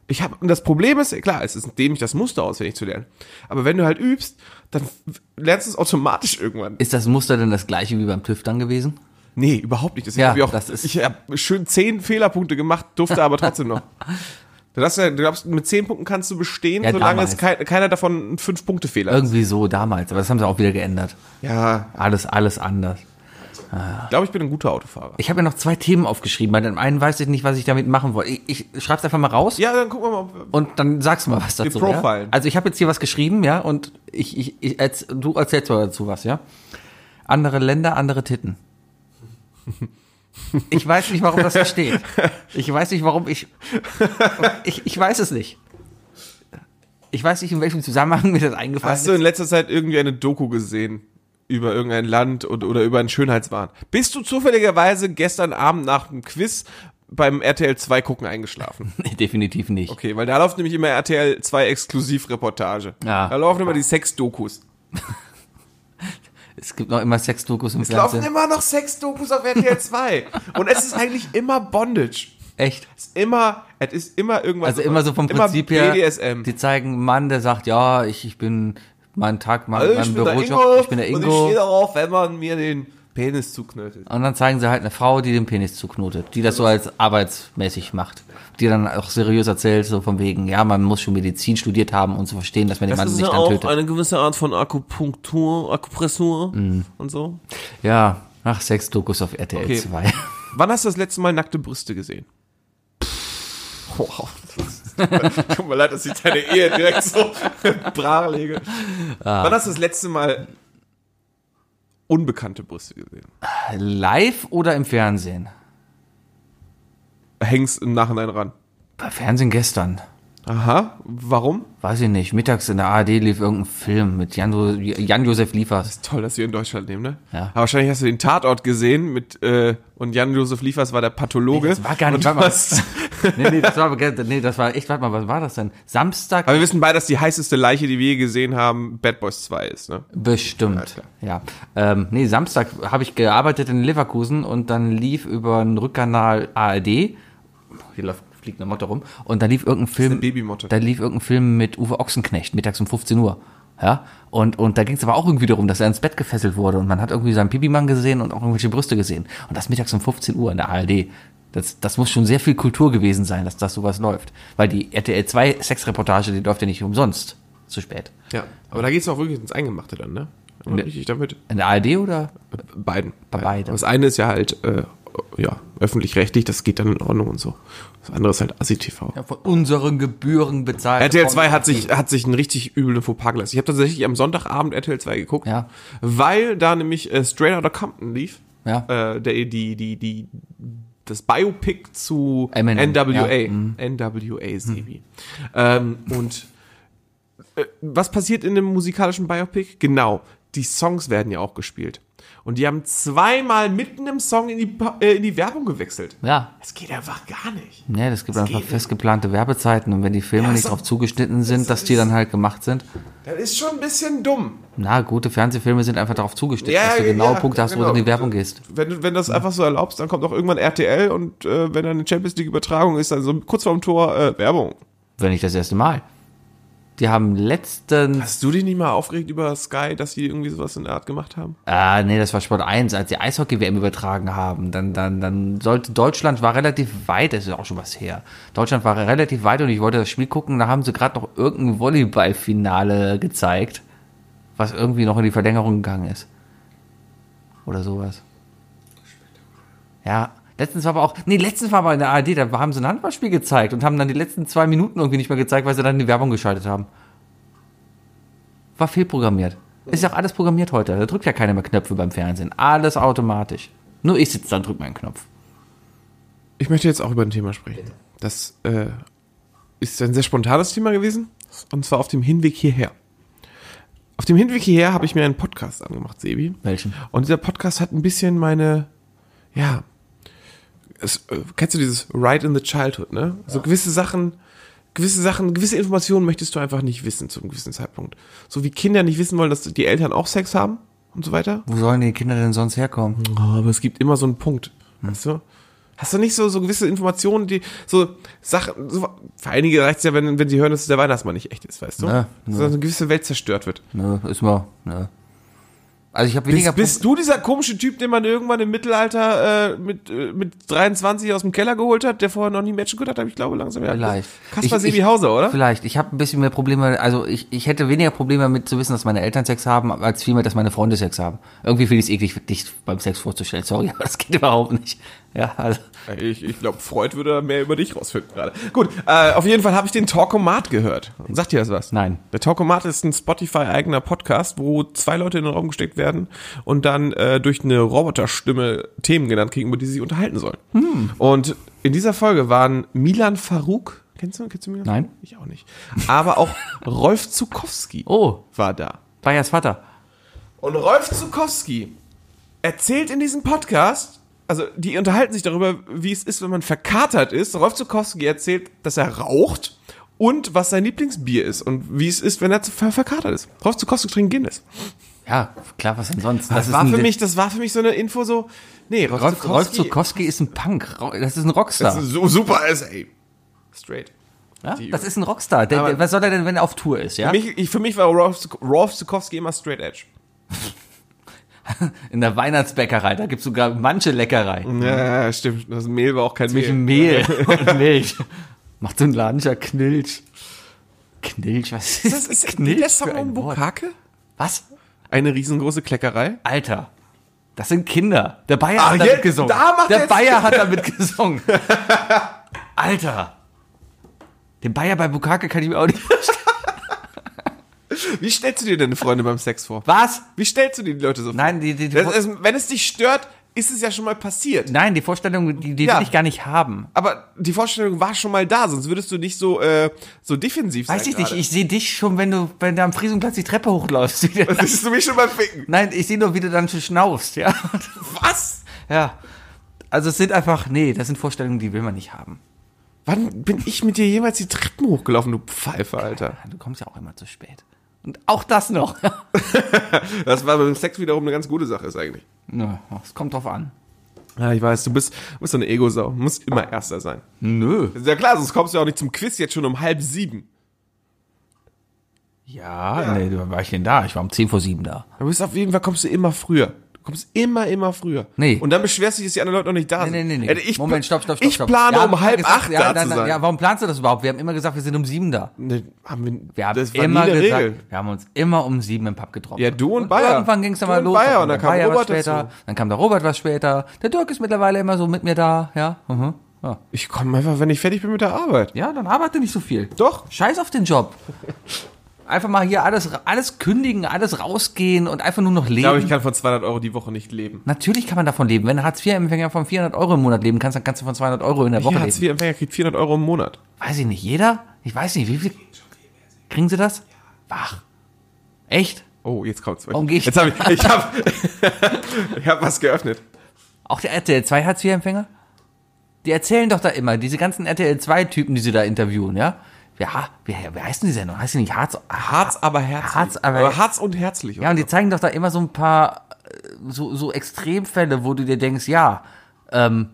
C: Ich habe und das Problem ist, klar, es ist dämlich, das Muster auswendig zu lernen. Aber wenn du halt übst, dann f- lernst du es automatisch irgendwann.
B: (laughs) Ist das Muster denn das gleiche wie beim TÜV dann gewesen?
C: Nee, überhaupt nicht. Deswegen
B: Ja,
C: hab ich auch,
B: das ist-
C: ich habe schön zehn Fehlerpunkte gemacht, durfte aber
B: (laughs)
C: trotzdem noch. Du, hast ja, du glaubst, mit zehn Punkten kannst du bestehen,
B: Ja,
C: solange
B: damals.
C: es kei keiner davon ein Fünf-Punkte-Fehler ist.
B: Irgendwie so damals, aber das haben sie auch wieder geändert.
C: Ja,
B: Alles, alles anders.
C: ich glaube, ich bin ein guter Autofahrer.
B: Ich habe mir noch zwei Themen aufgeschrieben. Bei dem einen weiß ich nicht, was ich damit machen wollte. Ich, ich schreib's einfach mal raus.
C: Ja, dann gucken wir mal. ob-
B: Und dann sagst du mal was dazu. Ja?
C: profilen.
B: Also ich habe jetzt hier was geschrieben, ja, und ich, ich, ich erz, du erzählst mal dazu was, ja. Andere Länder, andere
C: (laughs)
B: Titten. Ich weiß nicht, warum das da steht. Ich weiß nicht, warum ich, ich. Ich weiß es nicht. Ich weiß nicht, in welchem Zusammenhang mir das eingefallen
C: Hast du in letzter Zeit irgendwie eine Doku gesehen? Über irgendein Land und, oder über einen Schönheitswahn? Bist du zufälligerweise gestern Abend nach dem Quiz beim RTL 2 gucken eingeschlafen?
B: ist. Nee, definitiv nicht.
C: Okay, weil da läuft nämlich immer RTL 2 Exklusivreportage.
B: Ja.
C: Da laufen immer die Sexdokus.
B: Es gibt noch immer Sexdokus im
C: Es laufen
B: Fernsehen.
C: immer noch Sexdokus auf RTL 2. und es ist eigentlich immer Bondage.
B: Echt?
C: Es ist immer, es ist immer irgendwas.
B: Also immer so vom Prinzip her.
C: BDSM.
B: Die zeigen einen Mann, der sagt, ja, ich, ich bin mein Tag, mein,
C: Also
B: mein
C: ich bin, der
B: Bürojob,
C: Ingo
B: ich bin der
C: und ich
B: Ingo.
C: stehe darauf, wenn man mir den Penis zuknötet.
B: Und dann zeigen sie halt eine Frau, die den Penis zuknotet, die das so als arbeitsmäßig macht. Die dann auch seriös erzählt, so von wegen, ja, man muss schon Medizin studiert haben, um zu verstehen, dass man den Mann nicht dann tötet.
C: eine gewisse Art von Akupunktur, Akupressur
B: Mhm.
C: und so.
B: Ja, nach Sexdokus auf RTL
C: Okay.
B: 2.
C: Wann hast du das letzte Mal nackte Brüste gesehen? Wow. (laughs) Tut mir leid, dass ich deine Ehe direkt (laughs) so brach lege.
B: Ah.
C: Wann hast du das letzte Mal unbekannte Brüste gesehen?
B: (laughs) Live oder im Fernsehen?
C: Hängst im Nachhinein ran.
B: Bei Fernsehen gestern.
C: Aha, warum?
B: Weiß ich nicht, mittags in der ARD lief irgendein Film mit Jan- Jan-Josef
C: (laughs)
B: Liefers.
C: Toll, dass wir in Deutschland leben, ne?
B: Ja.
C: Aber wahrscheinlich hast du den Tatort gesehen mit äh, und Jan-Josef Liefers war der Pathologe.
B: Das war gar nicht,
C: und
B: warte
C: du
B: mal.
C: hast- (laughs)
B: Nee, nee, das war, aber ge- nee, das war echt, warte mal, was war das denn? Samstag?
C: Aber wir wissen beide, dass die heißeste Leiche, die wir je gesehen haben, Bad Boys 2 ist, ne?
B: Bestimmt, ja. Ähm, nee, Samstag habe ich gearbeitet in Leverkusen und dann lief über einen Rückkanal ARD, hier läuft, fliegt eine Motte rum, und da lief irgendein Film,
C: eine Babymotte.
B: da lief irgendein Film mit Uwe Ochsenknecht, mittags um 15 Uhr. Ja, und, und da ging es aber auch irgendwie darum, dass er ins Bett gefesselt wurde und man hat irgendwie seinen Pipimann gesehen und auch irgendwelche Brüste gesehen. Und das mittags um 15 Uhr in der ARD. Das, das muss schon sehr viel Kultur gewesen sein, dass das sowas läuft. Weil die RTL 2 Sexreportage, die läuft ja nicht umsonst. Zu spät.
C: Ja. Aber da geht's auch wirklich ins Eingemachte dann, ne? Und richtig damit. äh,
B: In der ARD oder
C: Beiden.
B: Bei beiden.
C: Das eine ist ja halt, äh, ja, öffentlich-rechtlich, das geht dann in Ordnung und so. Das andere ist halt ASI-TV.
B: Ja, von unseren Gebühren bezahlt.
C: RTL 2 hat sich, hat sich einen richtig üblen Fauxpas gelassen. Ich habe tatsächlich am Sonntagabend RTL 2 geguckt,
B: Ja.
C: weil da nämlich äh, Straight Outta Compton lief.
B: Ja.
C: Äh, der, die, die, die, das Biopic zu
B: Eminem,
C: NWA.
B: ja, Mhm.
C: NWA, Sebi. Ähm, und äh, was passiert in dem musikalischen Biopic? Genau, die Songs werden ja auch gespielt. Und die haben zweimal mitten im Song in die, Pa- äh, in die Werbung gewechselt.
B: Ja,
C: Das geht einfach gar nicht.
B: ne, das gibt einfach
C: geht
B: festgeplante Werbezeiten und wenn die Filme
C: Ja,
B: nicht
C: so-
B: drauf zugeschnitten sind,
C: das
B: dass die
C: ist-
B: dann halt gemacht sind.
C: Das ist schon ein bisschen dumm.
B: Na, gute Fernsehfilme sind einfach darauf zugeschnitten,
C: Ja,
B: dass du
C: ja,
B: genaue
C: ja,
B: Punkte hast, wo
C: genau.
B: du in die Werbung gehst.
C: wenn, du- wenn das einfach so erlaubst, dann kommt auch irgendwann RTL und äh, wenn dann eine Champions League Übertragung ist, dann so kurz vorm Tor äh, Werbung.
B: Wenn nicht das erste Mal. Die haben letztens,
C: Hast du dich nicht mal aufgeregt über Sky, dass die irgendwie sowas in der Art gemacht haben?
B: ah, nee, das war Sport 1, als die Eishockey-WM übertragen haben, dann, dann, dann sollte, Deutschland war relativ weit, das ist ja auch schon was her. Deutschland war relativ weit und ich wollte das Spiel gucken, da haben sie gerade noch irgendein Volleyball-Finale gezeigt. was irgendwie noch in die Verlängerung gegangen ist. Oder sowas. Ja, letztens war aber auch, nee, letztens war aber in der ARD, da haben sie ein Handballspiel gezeigt und haben dann die letzten zwei Minuten irgendwie nicht mehr gezeigt, weil sie dann die Werbung geschaltet haben. War fehlprogrammiert. Ist ja auch alles programmiert heute. Da drückt ja keiner mehr Knöpfe beim Fernsehen. Alles automatisch. Nur ich sitze da und drück meinen Knopf.
C: Ich möchte jetzt auch über ein Thema sprechen. Das äh, ist ein sehr spontanes Thema gewesen. Und zwar auf dem Hinweg hierher. Auf dem Hinweg hierher habe ich mir einen Podcast angemacht, Sebi.
B: Welchen?
C: Und dieser Podcast hat ein bisschen meine, ja, es, äh, kennst du dieses Right in the Childhood, ne? So gewisse Sachen, gewisse Sachen, gewisse Informationen möchtest du einfach nicht wissen zum gewissen Zeitpunkt. So wie Kinder nicht wissen wollen, dass die Eltern auch Sex haben und so weiter.
B: Wo sollen die Kinder denn sonst herkommen?
C: Oh, aber es gibt immer so einen Punkt. Hm. Weißt du? Hast du nicht so, so gewisse Informationen, die so Sachen, so, für einige reicht es ja, wenn, wenn sie hören, dass der Weihnachtsmann nicht echt ist, weißt du?
B: Ne,
C: Dass eine gewisse Welt zerstört wird.
B: Ne, ist mal, ne. Also ich habe weniger
C: Bist, bist du dieser komische Typ, den man irgendwann im Mittelalter äh, mit, äh, mit 23 aus dem Keller geholt hat, der vorher noch nie Menschen gehört hat, aber ich glaube langsam. ja.
B: Vielleicht.
C: Kaspar
B: Ich-
C: Sebi
B: ich-
C: Hauser, oder?
B: Vielleicht. Ich habe ein bisschen mehr Probleme, also ich, ich hätte weniger Probleme damit zu wissen, dass meine Eltern Sex haben, als vielmehr, dass meine Freunde Sex haben. Irgendwie finde ich es eklig, dich beim Sex vorzustellen. Sorry, (laughs) aber das geht überhaupt nicht. Ja, also.
C: Ich, ich glaube, Freud würde da mehr über dich rausfinden gerade. Gut, äh, auf jeden Fall habe ich den Talkomat gehört. Sagt dir das was?
B: Nein.
C: Der Talkomat ist ein Spotify-eigener Podcast, wo zwei Leute in den Raum gesteckt werden und dann äh, durch eine Roboterstimme Themen genannt kriegen, über die sie sich unterhalten sollen.
B: Hm.
C: Und in dieser Folge waren Milan Farouk, kennst du, kennst du Milan?
B: Nein.
C: Farouk? Ich auch nicht.
B: (laughs)
C: Aber auch Rolf Zukowski
B: Oh,
C: war da.
B: Bayers Vater.
C: Und Rolf Zukowski erzählt in diesem Podcast, also die unterhalten sich darüber, wie es ist, wenn man verkatert ist. Rolf Zukowski erzählt, dass er raucht und was sein Lieblingsbier ist und wie es ist, wenn er zu- ver verkatert ist. Rolf Zukowski trinkt Guinness.
B: Ja, klar, was denn sonst?
C: Das,
B: ist
C: war
B: ein-
C: für mich, das war für mich so eine Info so, nee, Rolf,
B: Rolf, Rolf
C: Zukowski,
B: Zukowski ist ein Punk. Ro- Das ist ein
C: das
B: Rockstar.
C: ist so super ist, ey. Straight.
B: ja? Das ist ein Rockstar. Der, der, was soll er denn, wenn er auf Tour ist, ja?
C: Für mich, ich, für mich war Rolf, Zuk- Rolf Zukowski immer straight edge.
B: In der Weihnachtsbäckerei, da gibt's sogar manche Leckerei.
C: Mhm. Ja, stimmt. Das Mehl war auch kein Mehl.
B: Mehl
C: genau.
B: und Milch. Macht so ein lanischer Knilch. Knilch, was ist
C: Das ist
B: Knilch
C: der
B: für
C: Song
B: ein
C: um
B: Wort?
C: Bukake?
B: Was?
C: Eine riesengroße Kleckerei?
B: Alter. Das sind Kinder. Der Bayer
C: Ah,
B: hat
C: jetzt-
B: damit gesungen.
C: da macht
B: der
C: jetzt-
B: Bayer hat damit gesungen. Alter. Den Bayer bei Bukake kann ich mir auch nicht.
C: Wie stellst du dir deine Freunde beim Sex vor?
B: Was?
C: Wie stellst du dir die Leute so vor?
B: Nein, die- die- die-
C: das ist, wenn es dich stört, ist es ja schon mal passiert.
B: Nein, die Vorstellung, die, die
C: Ja.
B: will ich gar nicht haben.
C: Aber die Vorstellung war schon mal da, sonst würdest du nicht so, äh, so defensiv
B: Weiß
C: sein.
B: ich nicht,
C: gerade.
B: ich sehe dich schon, wenn du, wenn du am Friesenplatz die Treppe hochläufst. (laughs) Wie du-
C: (laughs) Das ist mich schon mal ficken.
B: Nein, ich sehe nur, wie du dann schon schnaufst,
C: (laughs)
B: ja.
C: Was?
B: Ja. Also es sind einfach, nee, das sind Vorstellungen, die will man nicht haben.
C: Wann bin ich mit dir jemals die Treppen hochgelaufen, du Pfeife, Alter?
B: Du kommst ja auch immer zu spät. Und auch das noch. (laughs)
C: Das war beim Sex wiederum eine ganz gute Sache, ist eigentlich.
B: Nö, es kommt drauf an.
C: Ja, ich weiß, du bist, du bist so eine Ego-Sau. Du musst immer Erster sein.
B: Nö.
C: Ist ja klar, sonst kommst du ja auch nicht zum Quiz jetzt schon um halb sieben.
B: Ja, nee, wann war ich denn da? Ich war um 10 vor 7 da.
C: Du bist auf jeden Fall, kommst du immer früher. Du kommst immer, immer früher.
B: Nee.
C: Und dann beschwerst du dich, dass die anderen Leute noch nicht da sind.
B: Nee, nee, nee.
C: Hätte
B: nee.
C: Äh, Ich
B: Moment,
C: pla-
B: stopp, stopp, stopp.
C: Ich
B: stopp.
C: plane
B: Wir haben
C: um halb
B: gesagt,
C: acht
B: ja,
C: da
B: nein,
C: zu
B: nein,
C: sein.
B: Ja, warum planst du das überhaupt? Wir haben immer gesagt, wir sind um 7 da.
C: Nee, haben wir,
B: Wir haben
C: das war
B: immer
C: nie eine
B: gesagt,
C: Regel.
B: wir haben uns immer um 7 im Pub getroffen.
C: Ja, du und Bayer.
B: Irgendwann ging es dann
C: Du
B: mal
C: und
B: los.
C: Bayer,
B: Dann
C: und dann
B: kam
C: kam
B: Bayer was
C: Robert
B: später.
C: dazu.
B: Dann kam der Robert was später. Der Dirk ist mittlerweile immer so mit mir da, ja. Mhm. Ja.
C: Ich komme einfach, wenn ich fertig bin mit der Arbeit.
B: ja, dann arbeite nicht so viel.
C: Doch.
B: Scheiß auf den Job. Einfach mal hier alles, alles kündigen, alles rausgehen und einfach nur noch leben.
C: Ich glaube, ich kann von 200 Euro die Woche nicht leben.
B: Natürlich kann man davon leben. Wenn ein Hartz-IV-Empfänger von 400 Euro im Monat leben kannst, dann kannst du von 200 Euro in der Woche
C: Jeder
B: leben.
C: Hartz-IV-Empfänger kriegt 400 Euro im Monat.
B: Weiß ich nicht, jeder? Ich weiß nicht, wie viel... Kriegen sie das? Wach. Echt?
C: Oh, jetzt kommt's.
B: Warum geh ich-
C: Jetzt habe ich, ich habe, (laughs) ich habe was geöffnet.
B: Auch der RTL 2 Hartz-IV-Empfänger? Die erzählen doch da immer, diese ganzen RTL 2-Typen, die sie da interviewen, ja? Ja, wie, wie heißen die denn noch? Heißt die nicht Hartz...
C: Harz, aber herzlich.
B: Harz, aber-
C: Harz und herzlich.
B: Ja, und die zeigen doch da immer so ein paar äh, so, so Extremfälle, wo du dir denkst, ja, ähm,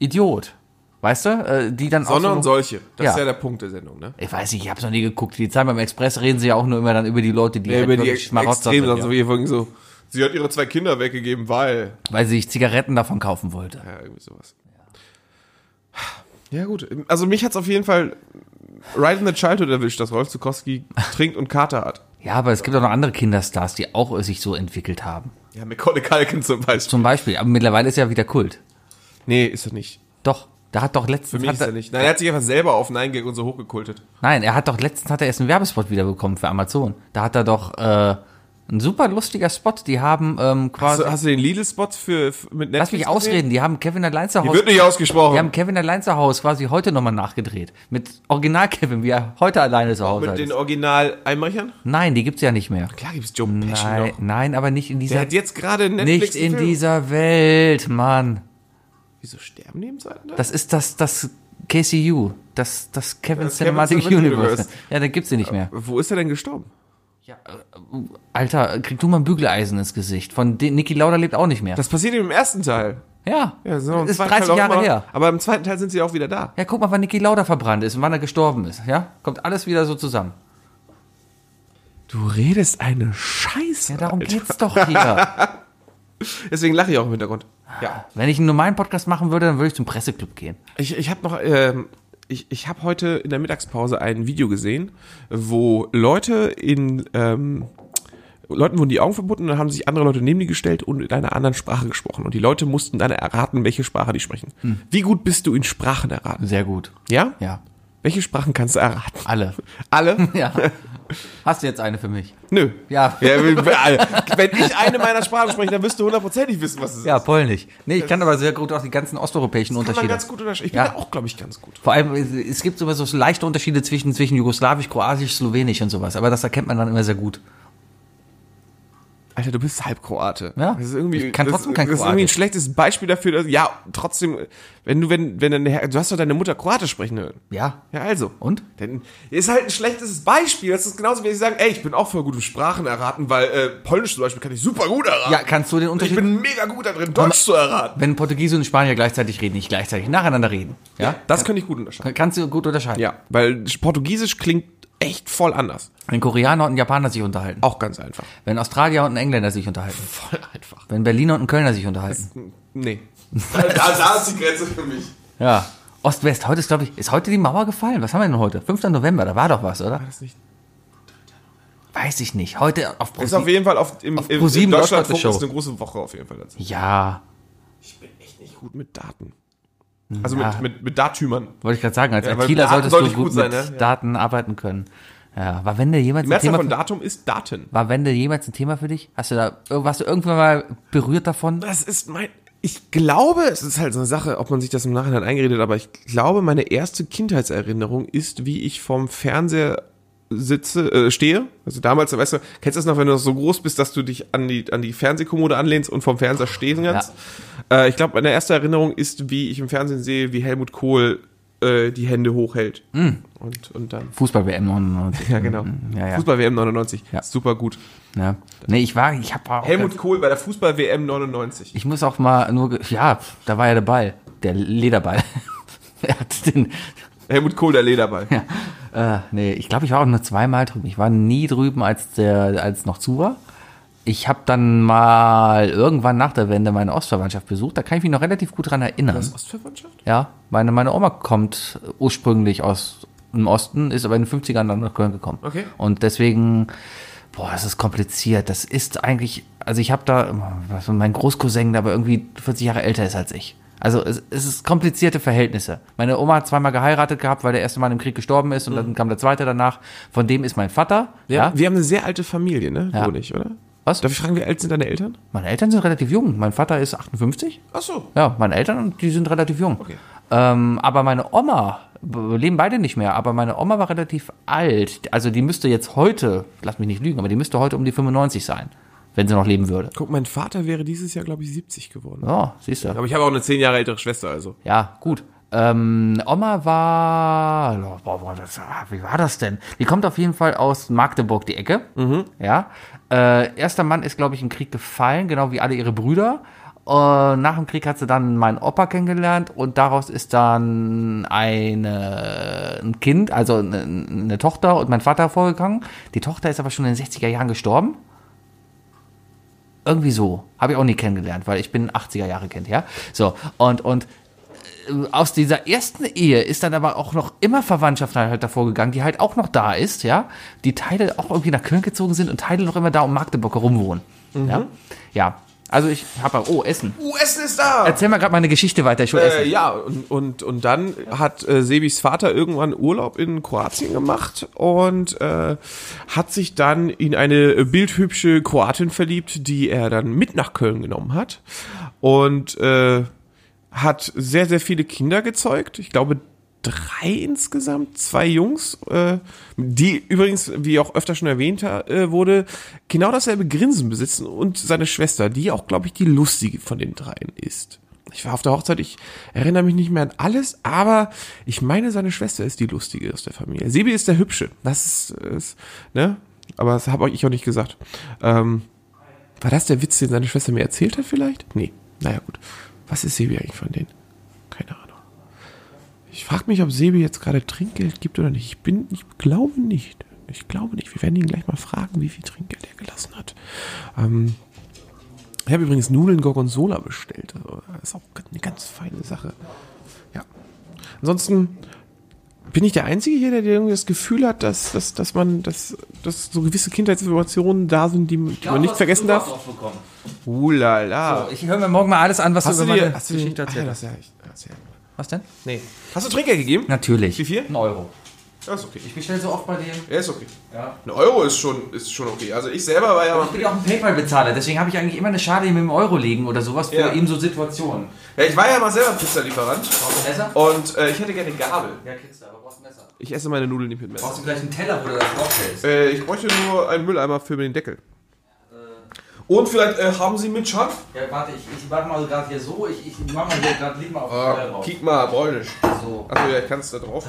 B: Idiot. Weißt du? Äh, die dann
C: Sonne
B: auch so,
C: und solche. Das
B: Ja.
C: ist ja der Punkt der Sendung, ne?
B: Ich weiß nicht, ich hab's noch nie geguckt. Die Zahlen beim Express reden sie ja auch nur immer dann über die Leute, die halt
C: über die
B: wirklich Schmarotzer
C: extrem,
B: sind,
C: also
B: ja.
C: wie vorhin so. Sie hat ihre zwei Kinder weggegeben, weil
B: weil sie sich Zigaretten davon kaufen wollte.
C: Ja, irgendwie sowas. Ja, gut. Also mich hat's auf jeden Fall right in the childhood erwischt, dass
B: (laughs)
C: Rolf Zukowski trinkt und Kater hat.
B: Ja, aber es gibt auch noch andere Kinderstars, die auch sich so entwickelt haben.
C: Ja, Macaulay Kalkin zum Beispiel.
B: Zum Beispiel, aber mittlerweile ist er wieder Kult.
C: Nee, ist er nicht.
B: Doch, da hat doch
C: Für
B: letztens
C: mich
B: hat
C: ist er
B: er-
C: nicht. Nein, er hat sich einfach selber auf Nein Gag und so hochgekultet.
B: Nein, er hat doch letztens hat er erst einen Werbespot wiederbekommen für Amazon. Da hat er doch äh, Ein super lustiger Spot. Die haben ähm,
C: Hast,
B: quasi.
C: du- hast du den Lidl-Spot für, für mit Netflix
B: lass mich ausreden. Die haben Kevin allein zu
C: Die
B: Hause.
C: wird nicht ausgesprochen.
B: Die haben Kevin allein zu Hause quasi heute nochmal nachgedreht. Mit Original Kevin, wie er heute alleine zu Hause
C: mit den
B: ist.
C: Original-Einbrechern?
B: Nein, die gibt's ja nicht mehr.
C: Klar gibt's Joe Pesci
B: Nein,
C: noch.
B: nein, aber nicht in
C: Der
B: dieser
C: hat jetzt gerade einen
B: nicht in
C: Netflix-Film.
B: dieser Welt, Mann.
C: Wieso sterben die im Seitenteil?
B: Das ist das das KCU, das das Kevin
C: Das Kevin
B: Cinematic
C: Cinematic
B: Universe.
C: Universe.
B: Ja, da gibt's sie nicht mehr.
C: Wo ist er denn gestorben?
B: äh, Alter, krieg du mal ein Bügeleisen ins Gesicht. Von den, Niki Lauda lebt auch nicht mehr.
C: Das passiert ihm im ersten Teil.
B: ja.
C: Ja, so im
B: ist
C: zweiten
B: 30
C: Teil auch
B: Jahre
C: immer-
B: her.
C: Aber im zweiten Teil sind sie auch wieder da.
B: Ja, guck mal, wann Niki Lauda verbrannt ist und wann er gestorben ist, ja? Kommt alles wieder so zusammen.
C: Du redest eine Scheiße.
B: Ja, darum geht's doch (laughs) hier.
C: Deswegen lache ich auch im Hintergrund. Ja.
B: Wenn ich einen normalen Podcast machen würde, dann würde ich zum Presseclub gehen.
C: Ich, ich habe noch, ähm, ich, ich habe heute in der Mittagspause ein Video gesehen, wo Leute in, ähm, Leuten wurden die Augen verbunden und dann haben sich andere Leute neben die gestellt und in einer anderen Sprache gesprochen. Und die Leute mussten dann erraten, welche Sprache die sprechen. Wie gut bist du in Sprachen erraten?
B: Sehr gut.
C: Hm. Ja?
B: Ja,
C: Welche Sprachen kannst du erraten?
B: (laughs) alle.
C: (laughs) Alle?
B: Ja. Hast du jetzt eine für mich?
C: Nö.
B: Ja.
C: ja wir- wir alle. Wenn ich eine meiner Sprachen spreche, dann wirst du hundertprozentig wissen, was es ist.
B: Ja, polnisch. Nee, ich kann aber sehr gut auch die ganzen osteuropäischen
C: Kann man
B: Unterschiede.
C: ganz gut unterscheiden. Ich
B: Ja.
C: bin da auch, glaube ich, ganz gut.
B: Vor allem, es gibt immer so leichte Unterschiede zwischen, zwischen Jugoslawisch, Kroatisch, Slowenisch und sowas. Aber das erkennt man dann immer sehr gut.
C: Alter, du bist halb Kroate.
B: Ja.
C: Das ist irgendwie,
B: Ich kann
C: das,
B: trotzdem kein
C: Das ist irgendwie ein
B: Kroatisch.
C: schlechtes Beispiel dafür, dass, ja, trotzdem, wenn du, wenn, wenn deine, Her- du hast doch deine Mutter Kroate sprechen hören.
B: Ja.
C: Ja, also.
B: Und?
C: Dann ist halt ein schlechtes Beispiel. Das ist genauso, wie ich sagen, ey, ich bin auch voll gut im Sprachen erraten, weil, äh, Polnisch zum Beispiel kann ich super gut erraten.
B: Ja, kannst du den
C: Ich
B: Unterschied,
C: bin mega gut da drin, Deutsch zu erraten.
B: wenn Portugiese und Spanier gleichzeitig reden, nicht gleichzeitig, nacheinander reden. Ja.
C: Das könnte ich gut unterscheiden.
B: Kannst du gut unterscheiden.
C: Ja, weil Portugiesisch klingt echt voll anders.
B: Wenn Koreaner und ein Japaner sich unterhalten.
C: Auch ganz einfach.
B: Wenn Australier und ein Engländer sich unterhalten.
C: Voll einfach.
B: Wenn Berliner und ein Kölner sich unterhalten.
C: Nee. da, Also, da ist die Grenze für mich.
B: Ja. Ost-West, heute ist, glaube ich, ist heute die Mauer gefallen. Was haben wir denn heute? 5. November, da war doch was, oder?
C: Das nicht.
B: Weiß ich nicht. Heute auf
C: Ist auf jeden Fall auf, im,
B: Auf
C: im,
B: ProSieben
C: im Deutschlandfunk
B: Deutschland-Show.
C: ist eine große Woche auf jeden Fall dazu.
B: Ja,
C: Ich bin echt nicht gut mit Daten. Also mit, mit, mit Datümern.
B: wollte ich gerade sagen. Als
C: Ja, weil
B: ITler solltest
C: Daten sollte
B: du
C: ich
B: gut
C: gut sein,
B: mit
C: ne? Ja.
B: Daten arbeiten können. Ja, war Wende jemals
C: Die
B: ein
C: Mehrzahl
B: Thema
C: von
B: für,
C: Datum ist Daten.
B: war Wende jemals ein Thema für dich? Hast du da äh, warst du irgendwann mal berührt davon?
C: Das ist mein. Ich glaube, es ist halt so eine Sache, ob man sich das im Nachhinein eingeredet, aber ich glaube, meine erste Kindheitserinnerung ist, wie ich vom Fernseher sitze, äh, stehe. Also damals, weißt du, kennst du das noch, wenn du noch so groß bist, dass du dich an die, an die Fernsehkommode anlehnst und vom Fernseher stehen kannst? Äh, ich glaube, meine erste Erinnerung ist, wie ich im Fernsehen sehe, wie Helmut Kohl äh, die Hände hochhält. Und, und dann.
B: Fußball WM 99.
C: (laughs) Ja, genau.
B: Mm. Ja, ja.
C: Fußball-WM 99.
B: Ja.
C: Super gut.
B: Ja. Ne? Nee, ich war, ich habe auch
C: Helmut Kohl bei der Fußball-WM 99.
B: Ich muss auch mal nur ge- ja, da war ja der Ball, der Lederball. (laughs) er hat den
C: Helmut Kohl, der Lederball.
B: Äh, nee, ich glaube, ich war auch nur zweimal drüben. Ich war nie drüben, als der, als noch zu war. Ich habe dann mal irgendwann nach der Wende meine Ostverwandtschaft besucht. Da kann ich mich noch relativ gut dran erinnern.
C: Ostverwandtschaft?
B: Ja, meine, meine Oma kommt ursprünglich aus dem Osten, ist aber in den 50ern dann nach Köln gekommen.
C: Okay.
B: Und deswegen, boah, das ist kompliziert. Das ist eigentlich, also ich habe da, was mein Großcousin, der aber irgendwie 40 Jahre älter ist als ich. Also es, es ist komplizierte Verhältnisse. Meine Oma hat zweimal geheiratet gehabt, weil der erste Mann im Krieg gestorben ist und dann kam der zweite danach. Von dem ist mein Vater.
C: Mhm. Ja. Wir haben eine sehr alte Familie, ne? Ja. Wohnig, oder?
B: Was?
C: Darf ich fragen, wie alt sind deine Eltern?
B: Meine Eltern sind relativ jung. Mein Vater ist 58.
C: Ach so.
B: Ja, meine Eltern, die sind relativ jung.
C: Okay.
B: Ähm, aber meine Oma, b- leben beide nicht mehr, aber meine Oma war relativ alt. Also die müsste jetzt heute, lass mich nicht lügen, aber die müsste heute um die 95 sein, wenn sie noch leben würde.
C: Guck, mein Vater wäre dieses Jahr, glaube ich, 70 geworden.
B: Ja, siehst du.
C: Aber ich habe auch eine zehn Jahre ältere Schwester, also.
B: Ja, gut. Ähm, Oma war, boah, boah, das, ah, wie war das denn? Die kommt auf jeden Fall aus Magdeburg, die Ecke. Ja. Äh, erster Mann ist, glaube ich, im Krieg gefallen, genau wie alle ihre Brüder. Äh, nach dem Krieg hat sie dann meinen Opa kennengelernt und daraus ist dann eine, ein Kind, also eine, eine Tochter und mein Vater vorgegangen. Die Tochter ist aber schon in den 60er Jahren gestorben. Irgendwie so. Habe ich auch nie kennengelernt, weil ich bin 80er Jahre Kind, ja. So, und, und aus dieser ersten Ehe ist dann aber auch noch immer Verwandtschaft halt davor gegangen, die halt auch noch da ist, ja.
C: Mhm.
B: Die Teile auch irgendwie nach Köln gezogen sind und Teile noch immer da um Magdeburg herum wohnen. Ja? ja. Also ich habe oh Essen.
C: Uh, Essen ist da!
B: Erzähl mal gerade meine Geschichte weiter. Ich will
C: Äh,
B: Essen.
C: ja, und, und, und dann hat äh, Sebis Vater irgendwann Urlaub in Kroatien gemacht und äh, hat sich dann in eine bildhübsche Kroatin verliebt, die er dann mit nach Köln genommen hat. Und äh, hat sehr, sehr viele Kinder gezeugt. Ich glaube, drei insgesamt, zwei Jungs, äh, die übrigens, wie auch öfter schon erwähnt äh, wurde, genau dasselbe Grinsen besitzen und seine Schwester, die auch, glaube ich, die lustige von den dreien ist. Ich war auf der Hochzeit, ich erinnere mich nicht mehr an alles, aber ich meine, seine Schwester ist die lustige aus der Familie. Sebi ist der Hübsche. Das ist, ist ne? Aber das habe ich auch nicht gesagt. Ähm, war das der Witz, den seine Schwester mir erzählt hat vielleicht? Nee. Naja, gut. Was ist Sebi eigentlich von denen? Keine Ahnung. Ich frage mich, ob Sebi jetzt gerade Trinkgeld gibt oder nicht. Ich bin, ich glaube nicht. Ich glaube nicht. Wir werden ihn gleich mal fragen, wie viel Trinkgeld er gelassen hat. Ähm, ich habe übrigens Nudeln Gorgonzola bestellt. Also, das ist auch eine ganz feine Sache. Ja. Ansonsten bin ich der Einzige hier, der irgendwie das Gefühl hat, dass, dass, dass man, dass, dass so gewisse Kindheitsinformationen da sind, die, die man nicht vergessen darf. Uh, la, la.
B: Ich höre mir morgen mal alles an, was
C: hast
B: du
C: du
B: über
C: dir,
B: meine
C: hast du
B: Geschichte
C: dir, ah, ja,
B: erzählt hast.
C: das ist ja echt- das ist ja-
B: Was denn?
C: nee. Hast du Trinkgeld gegeben?
B: Natürlich.
C: Wie viel?
B: Ein Euro.
C: Ja, ist okay.
B: Ich bestelle so oft bei dem.
C: Ja, ist okay.
B: Ja.
C: Ein Euro ist schon, ist schon okay. Also ich selber war ja,
B: Ich bin ja auch ein PayPal-Bezahler, deswegen habe ich eigentlich immer eine Schale mit dem Euro liegen oder sowas für
C: Ja.
B: eben so Situationen.
C: ja ich war ja mal selber Pizzalieferant
B: Brauchst du ein Messer?
C: und äh, ich hätte gerne Gabel.
B: Ja, kriegst du, aber brauchst ein Messer.
C: Ich esse meine Nudeln nicht mit Messer.
B: Brauchst du gleich einen Teller, wo du das draufstellst?
C: Äh, ich bräuchte nur einen Mülleimer für den Deckel. Und vielleicht äh, haben Sie mit Schaf?
B: Ja, warte, ich, ich mach mal gerade hier so, ich, ich mach mal hier gerade, leg mal auf den Teller
C: Ah,
B: drauf.
C: kick mal, bräunisch.
B: So.
C: Achso, ja, ich kann es da drauf.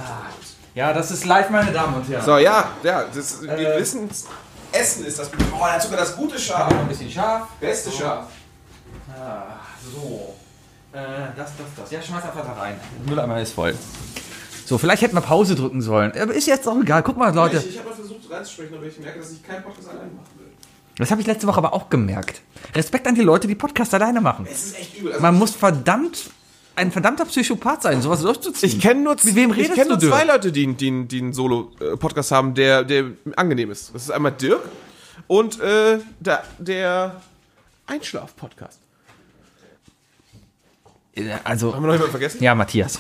B: Ja, das ist live, meine Damen und Herren.
C: So, ja, ja, das, wir
B: Äh.
C: wissen, Essen ist das. Oh, er hat sogar das gute Schaf.
B: Noch ein bisschen scharf.
C: Beste Schaf.
B: Ah, so. Äh, das, das, das. Ja, schmeiß einfach da rein. Mülleimer ist voll. So, vielleicht hätten wir Pause drücken sollen. Aber ist jetzt auch egal. Guck mal, Leute.
C: Ich, ich habe mal versucht reinzusprechen, aber ich merke, dass ich keinen Podcast allein machen will.
B: Das habe ich letzte Woche aber auch gemerkt. Respekt an die Leute, die Podcasts alleine machen.
C: Es ist echt übel. Also,
B: Man muss verdammt ein verdammter Psychopath sein, sowas durchzuziehen.
C: Ich kenne nur,
B: Mit wem
C: ich
B: redest
C: kenn
B: du,
C: nur
B: Dirk?
C: zwei Leute, die, die, die einen Solo-Podcast haben, der, der angenehm ist. Das ist einmal Dirk und äh, der, der Einschlaf-Podcast.
B: Also,
C: Haben wir noch jemanden vergessen?
B: ja, Matthias.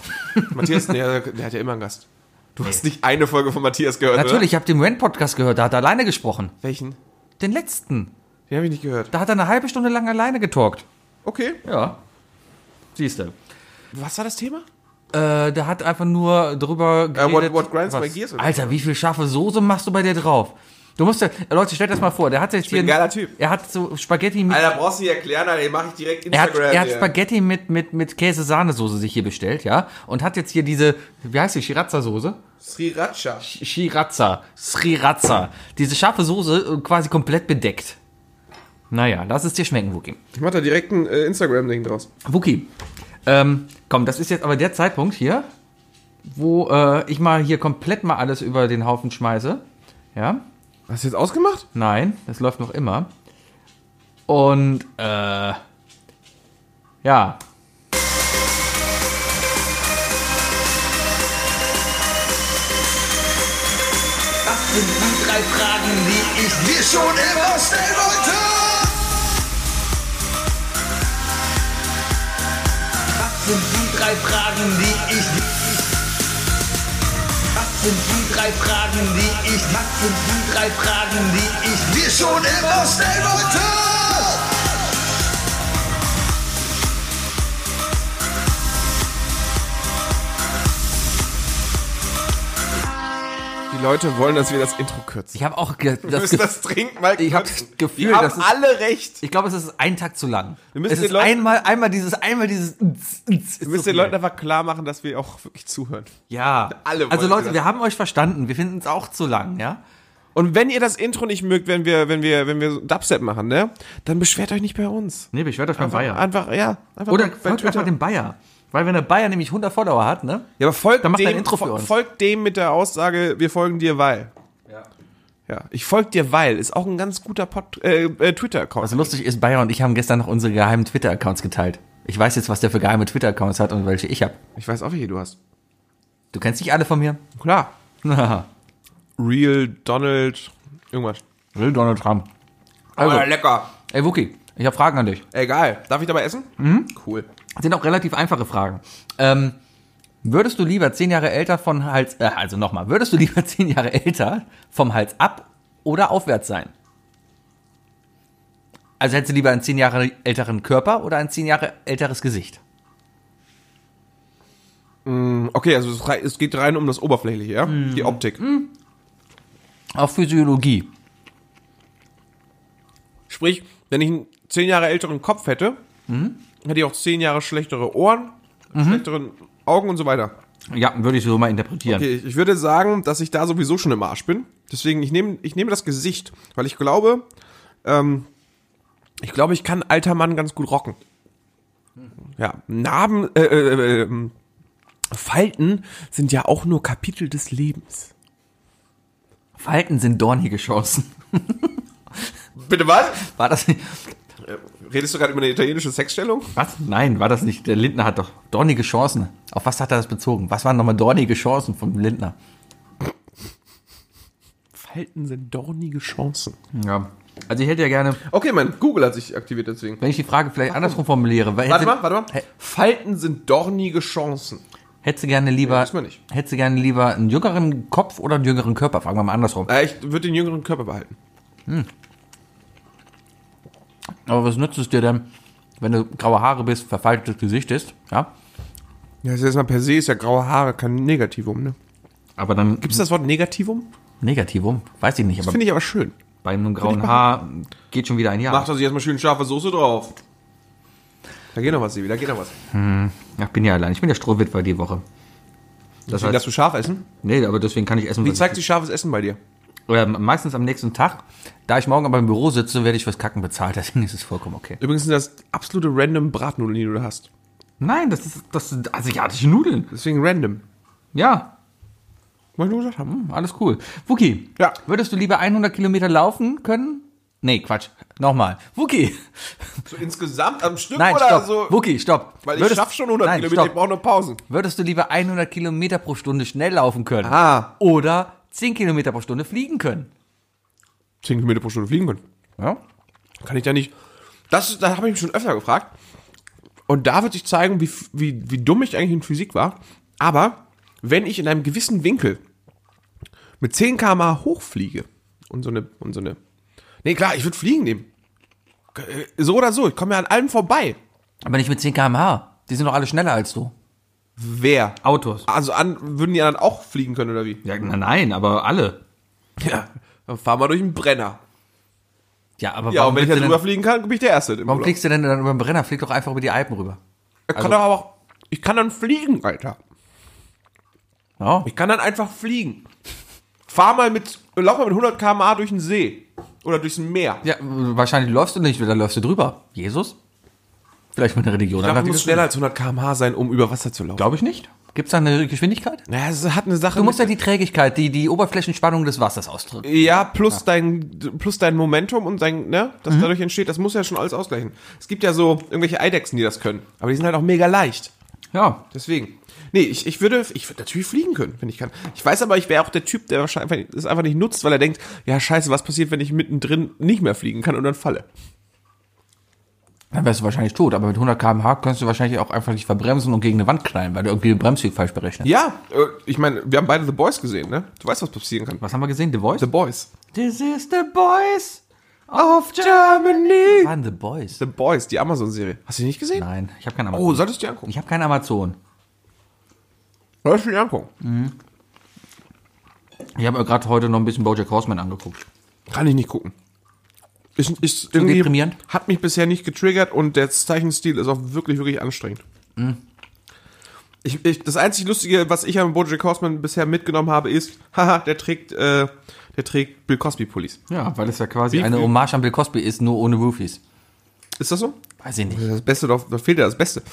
C: Matthias, nee, der, der hat ja immer einen Gast. Du hast nicht eine Folge von Matthias gehört,
B: Natürlich, ich habe den Rand-Podcast gehört, da hat er alleine gesprochen.
C: Oder? Welchen?
B: Den letzten.
C: Den habe ich nicht gehört.
B: Da hat er eine halbe Stunde lang alleine getalkt.
C: Okay.
B: Ja. Siehst du.
C: Was war das Thema?
B: Äh, der hat einfach nur drüber geredet.
C: Äh, what- what grinds my gears?
B: Alter, wie viel scharfe Soße machst du bei dir drauf? Du musst ja, Leute, stellt das mal vor, der hat jetzt hier.
C: bin ein geiler Typ.
B: Er hat so Spaghetti mit.
C: Alter, brauchst du nicht erklären, Alter, den mache ich direkt
B: Er hat,
C: Instagram.
B: er hat
C: hier.
B: Spaghetti mit, mit, mit Käse-Sahnesoße sich hier bestellt, ja? Und hat jetzt hier diese, wie heißt die, Sriracha-Soße?
C: Sriracha.
B: Sriracha. Sriracha. Diese scharfe Soße äh, quasi komplett bedeckt. Naja, lass es dir schmecken, Wookie.
C: Ich mache da direkt ein äh, Instagram-Ding draus.
B: Wookie, ähm, komm, das ist jetzt aber der Zeitpunkt hier, wo äh, ich mal hier komplett mal alles über den Haufen schmeiße. Ja?
C: Hast du jetzt ausgemacht?
B: Nein, das läuft noch immer. Und, äh, ja. Das sind die drei Fragen, die ich
D: Wir schon immer schnell wollte.
B: Das sind die drei Fragen, die ich. Das sind die drei Fragen, die ich. Das sind die drei Fragen, die ich.
D: Wir schon immer schnell wollte.
C: Die Leute wollen, dass wir das Intro kürzen.
B: Ich habe auch ge-
C: Wir
B: das,
C: müssen
B: ge
C: das trinken, weil
B: Ich hab das Gefühl,
C: wir haben
B: das ist-
C: alle recht.
B: Ich glaube, es ist ein Tag zu lang. Wir
C: müssen
B: es
C: den
B: ist
C: Leuten-
B: einmal, einmal dieses, einmal dieses. Ns, ns,
C: Wir müssen den Leuten einfach klar machen, dass wir auch wirklich zuhören.
B: Ja.
C: Alle
B: also
C: wollen
B: Leute,
C: das.
B: wir haben euch verstanden. Wir finden es auch zu lang, ja.
C: Und wenn ihr das Intro nicht mögt, wenn wir, wenn wir, wenn wir so Dubstep machen, ne, dann beschwert euch nicht bei uns.
B: Nee, ich werde euch beim Bayer.
C: Einfach, ja. Einfach
B: Ah, Oder
C: bei
B: folgt einfach
C: Twitter.
B: dem Bayer. Weil wenn der Bayer nämlich 100 Follower hat, ne?
C: Ja, aber folgt
B: Dann macht er
C: dem,
B: ein Intro für
C: fol-
B: uns.
C: folgt dem mit der Aussage, wir folgen dir, weil. Ja. Ja, ich folg dir, weil. Ist auch ein ganz guter Pod, äh, äh, Twitter-Account.
B: Was lustig ist, Bayer und ich haben gestern noch unsere geheimen Twitter-Accounts geteilt. Ich weiß jetzt, was der für geheime Twitter-Accounts hat und welche ich habe.
C: Ich weiß auch, welche du hast.
B: Du kennst nicht alle von mir? (laughs)
C: Klar.
B: Will
C: Real Donald, irgendwas.
B: Donald Trump. Also-
C: lecker.
B: Ey, Wookie, Ich habe Fragen an dich.
C: Egal. Darf ich dabei essen? Mhm. Cool.
B: Sind auch relativ einfache Fragen. Ähm, würdest du lieber zehn Jahre älter von Hals, äh, also nochmal, würdest du lieber (laughs) zehn Jahre älter vom Hals ab oder aufwärts sein? Also hättest du lieber einen zehn Jahre älteren Körper oder ein zehn Jahre älteres Gesicht?
C: Okay, also es rei- es geht rein um das Oberflächliche, ja? Die Optik.
B: Auch Physiologie.
C: Sprich, wenn ich einen zehn Jahre älteren Kopf hätte, hätte ich auch zehn Jahre schlechtere Ohren, schlechteren Augen und so weiter.
B: Ja, würde ich so mal interpretieren.
C: Okay, ich würde sagen, dass ich da sowieso schon im Arsch bin. Deswegen, ich nehme, ich nehme das Gesicht, weil ich glaube, ähm, ich glaube, ich kann alter Mann ganz gut rocken. Mhm. Ja, Narben, äh, äh, äh, ähm, Falten sind ja auch nur Kapitel des Lebens.
B: Falten sind dornige Chancen.
C: Bitte was?
B: War das nicht,
C: Redest du gerade über eine italienische Sexstellung?
B: was? Nein, war das nicht, der Lindner hat doch dornige Chancen. Auf was hat er das bezogen? Was waren nochmal dornige Chancen von Lindner?
C: Falten sind dornige Chancen.
B: Ja. Also ich hätte ja gerne,
C: Okay, mein Google hat sich aktiviert deswegen.
B: wenn ich die Frage vielleicht andersrum formuliere, weil
C: Warte
B: hätte,
C: mal, warte mal. Falten sind dornige Chancen.
B: hättest du gerne lieber,
C: wissen wir nicht.
B: hättest du gerne lieber einen jüngeren Kopf oder einen jüngeren Körper? Fragen wir mal andersrum.
C: Äh, ich würde den jüngeren Körper behalten.
B: Aber was nützt es dir denn, wenn du graue Haare bist, verfaltetes Gesicht ist, ja?
C: Ja, das ist erstmal per se ist ja graue Haare kein Negativum, ne?
B: Aber dann
C: Gibt
B: gibt's
C: es das Wort Negativum?
B: Negativum, weiß ich nicht,
C: Das
B: aber
C: finde ich aber schön.
B: bei einem grauen Haar geht schon wieder ein Jahr.
C: Mach doch sich erstmal schön scharfe Soße drauf. Da geht noch was, Sibi, da geht noch was.
B: Ja, Ich bin ja allein. Ich bin der Strohwitwer die Woche. Das
C: Deswegen darfst
B: heißt,
C: du scharf essen?
B: nee, aber deswegen kann ich essen.
C: Wie
B: was
C: zeigt sich scharfes Essen bei dir?
B: ich, oder meistens am nächsten Tag. Da ich morgen aber im Büro sitze, werde ich fürs Kacken bezahlt. (laughs) Deswegen ist es vollkommen okay.
C: Übrigens sind das absolute random Bratnudeln, die du da hast.
B: Nein, das, ist, das sind asiatische Nudeln.
C: Deswegen random.
B: Ja,
C: Wollen wir gesagt haben?
B: alles cool. Wuki,
C: Ja.
B: würdest du lieber 100 Kilometer laufen können? Nee, Quatsch. Nochmal.
C: (laughs)
B: Wuki,
C: So insgesamt am Stück
B: nein,
C: oder
B: stopp.
C: so?
B: Wuki, stopp.
C: Weil ich
B: Würdest-
C: schaff schon 100
B: nein,
C: Kilometer, ich
B: Stopp.
C: brauche nur Pausen.
B: Würdest du lieber 100 Kilometer pro Stunde schnell laufen können?
C: Ah.
B: Oder 10 Kilometer pro Stunde fliegen können?
C: 10 Kilometer pro Stunde fliegen können.
B: Ja.
C: Kann ich da nicht. Das, da habe ich mich schon öfter gefragt. Und da wird sich zeigen, wie, f- wie, wie dumm ich eigentlich in Physik war. Aber wenn ich in einem gewissen Winkel mit 10 km/h hochfliege und so eine. Und so eine nee, klar, ich würde fliegen nehmen. K- äh, So oder so, ich komme ja an allem vorbei.
B: Aber nicht mit 10 km/h. Die sind doch alle schneller als du.
C: Wer?
B: Autos.
C: Also an, würden die anderen auch fliegen können oder wie?
B: Ja, na, nein, aber alle.
C: Ja. Dann fahren wir durch einen Brenner.
B: Ja, aber
C: Ja, und wenn ich da
B: fliegst du
C: drüber
B: denn,
C: fliegen kann, bin ich der Erste. Im
B: warum
C: Urlaub.
B: fliegst du denn dann über den Brenner? Flieg doch einfach über die Alpen rüber.
C: Ich kann doch aber auch. Ich kann dann fliegen, Alter.
B: Ja.
C: Ich kann dann einfach fliegen. Fahr mal mit, lauf mal mit 100 km/h durch den See oder durchs Meer.
B: ja, wahrscheinlich läufst du nicht, da läufst du drüber. Jesus? Vielleicht mit einer Religion.
C: Ich
B: Dann
C: glaube, du
B: hat die
C: musst
B: das-
C: schneller als 100 km/h sein, um über Wasser zu laufen.
B: Glaube ich nicht. Gibt es da eine Geschwindigkeit?
C: Naja, es hat eine Sache.
B: Du musst ja
C: mit,
B: die Trägigkeit, die, die Oberflächenspannung des Wassers ausdrücken.
C: ja, plus dein, plus dein Momentum und dein, ne,
B: Mhm.
C: das dadurch entsteht, das muss ja schon alles ausgleichen. Es gibt ja so irgendwelche Eidechsen, die das können, aber die sind halt auch mega leicht.
B: Ja.
C: Deswegen. Nee, ich, ich würde, ich würde natürlich fliegen können, wenn ich kann. Ich weiß aber, ich wäre auch der Typ, der wahrscheinlich es einfach nicht nutzt, weil er denkt, ja, scheiße, was passiert, wenn ich mittendrin nicht mehr fliegen kann und dann falle?
B: Dann wärst du wahrscheinlich tot, aber mit 100 km/h könntest du wahrscheinlich auch einfach dich verbremsen und gegen eine Wand knallen, weil du irgendwie den Bremsweg falsch berechnest.
C: Ja, äh, ich meine, wir haben beide The Boys gesehen, ne? Du weißt, was passieren kann.
B: Was haben wir gesehen? The Voice?
C: The Boys.
B: This is the Boys of Germany. Waren The Boys?
C: The Boys, die Amazon-Serie. Hast du die nicht gesehen?
B: Nein, ich habe keinen Amazon.
C: Oh, solltest du die angucken.
B: Ich habe keinen Amazon.
C: Solltest du die angucken.
B: Ich habe gerade heute noch ein bisschen Bojack Horseman angeguckt.
C: Kann ich nicht gucken. Ist, ist irgendwie,
B: deprimierend?
C: hat mich bisher nicht getriggert und der Zeichenstil ist auch wirklich, wirklich anstrengend. Ich, ich, das einzig Lustige, was ich an Bojack Horseman bisher mitgenommen habe, ist, (laughs) haha, der trägt, äh, der trägt Bill Cosby-Pullis.
B: Ja, weil es ja quasi
C: Wie-
B: eine
C: wie-
B: Hommage an Bill Cosby ist, nur ohne Roofies.
C: Ist das so?
B: Weiß ich nicht.
C: Das Beste, doch- da fehlt ja das Beste.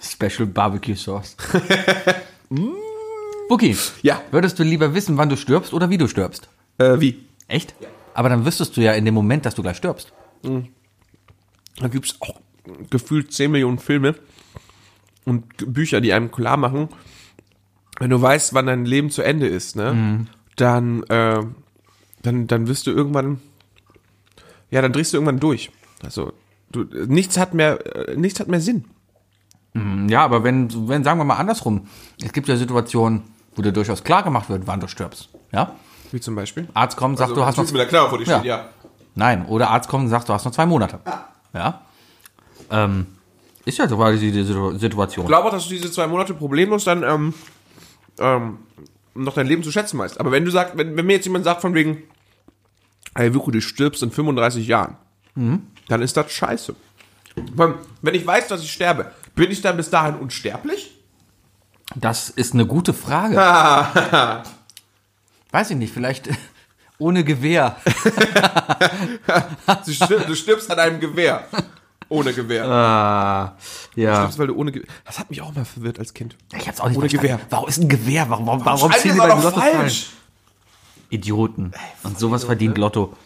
B: Special Barbecue (laughs) Sauce. Buki,
C: Ja.
B: würdest du lieber wissen, wann du stirbst oder wie du stirbst?
C: Äh, wie?
B: Echt? Aber dann wüsstest du ja in dem Moment, dass du gleich stirbst.
C: Da gibt es auch gefühlt 10 Millionen Filme und G- Bücher, die einem klar machen, wenn du weißt, wann dein Leben zu Ende
B: Mhm.
C: ist, ne? Dann, äh, dann, dann wirst du irgendwann, ja, dann drehst du irgendwann durch. Also, du, nichts hat mehr, äh, nichts hat mehr Sinn.
B: Ja, aber wenn, wenn, sagen wir mal andersrum, es gibt ja Situationen, wo dir durchaus klar gemacht wird, wann du stirbst. Ja?
C: Wie zum Beispiel. Also,
B: Arzt kommt und sagt, Ah, du hast noch.
C: mit der Knarre vor dir
B: Ja.
C: steht, ja. Ah.
B: Nein, oder Arzt kommt und sagt, du hast noch zwei Monate. Ja? Ähm, ist ja so quasi die Situ- Situation.
C: glaube auch, dass du diese zwei Monate problemlos dann ähm, ähm, noch dein Leben zu schätzen weißt. Aber wenn du sagst, wenn, wenn mir jetzt jemand sagt von wegen, hey Viku, du stirbst in 35 Jahren,
B: Mhm.
C: dann ist das scheiße. Weil, Wenn ich weiß, dass ich sterbe, bin ich dann bis dahin unsterblich?
B: Das ist eine gute
C: (laughs)
B: Frage. Weiß ich nicht, vielleicht (laughs) ohne Gewehr.
C: Du, stir- du stirbst an einem Gewehr. Ohne Gewehr.
B: Ah.
C: Du
B: Ja.
C: Ah, stirbst, weil du ohne Gewehr. Das hat mich auch mal verwirrt als Kind.
B: Ich hab's auch nicht
C: Ohne
B: verstanden.
C: Gewehr.
B: Warum ist ein Gewehr? Warum, warum, warum
C: Alter,
B: zählen die
C: war
B: bei
C: doch
B: Lotto falsch?
C: falsch.
B: Idioten. Und sowas verdient Lotto.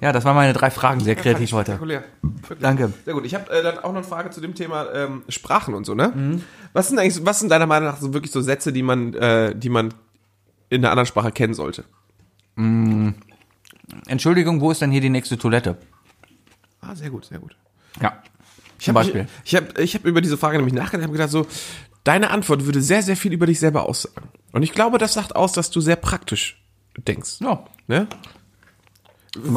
B: Ja, das waren meine drei Fragen. Sehr kreativ heute.
C: Spektakulär. Wirklich.
B: Danke.
C: Sehr gut. Ich habe äh, dann auch noch eine Frage zu dem Thema ähm, Sprachen und so, ne?
B: Mhm.
C: Was sind eigentlich, was sind deiner Meinung nach so wirklich so Sätze, die man, äh, die man in einer anderen Sprache kennen sollte?
B: Entschuldigung, wo ist denn hier die nächste Toilette?
C: Ah, sehr gut, sehr gut.
B: Ja.
C: Ich hab,
B: Beispiel.
C: Ich, ich habe ich hab über diese Frage nämlich nachgedacht und habe gedacht, so, deine Antwort würde sehr, sehr viel über dich selber aussagen. Und ich glaube, das sagt aus, dass du sehr praktisch denkst.
B: Ja.
C: Ne?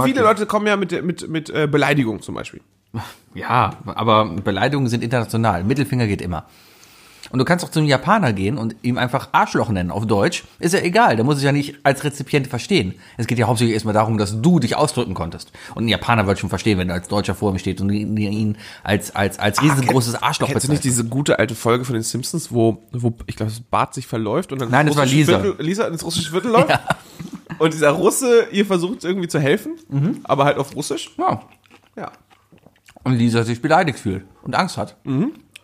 C: Viele Leute kommen ja mit, der- mit, mit äh, Beleidigung zum Beispiel.
B: Ja, aber Beleidigungen sind international. Mittelfinger geht immer. Und du kannst auch zum Japaner gehen und ihm einfach Arschloch nennen auf Deutsch. Ist ja egal, der muss es ja nicht als Rezipient verstehen. Es geht ja hauptsächlich erstmal darum, dass du dich ausdrücken konntest. Und ein Japaner wird schon verstehen, wenn er als Deutscher vor ihm steht und ihn- ihn als, als, als riesengroßes Arschloch
C: Kennst du nicht
B: bezeichnet.
C: diese gute alte Folge von den Simpsons, wo, wo ich glaube, Bart sich verläuft und dann
B: Nein,
C: ins
B: das war
C: russische
B: Lisa.
C: Viertel, Lisa ins russische Viertel läuft und dieser Russe ihr versucht irgendwie zu helfen,
B: Mhm.
C: aber halt auf Russisch.
B: Ja.
C: Ja.
B: Und Lisa sich beleidigt fühlt und Angst hat.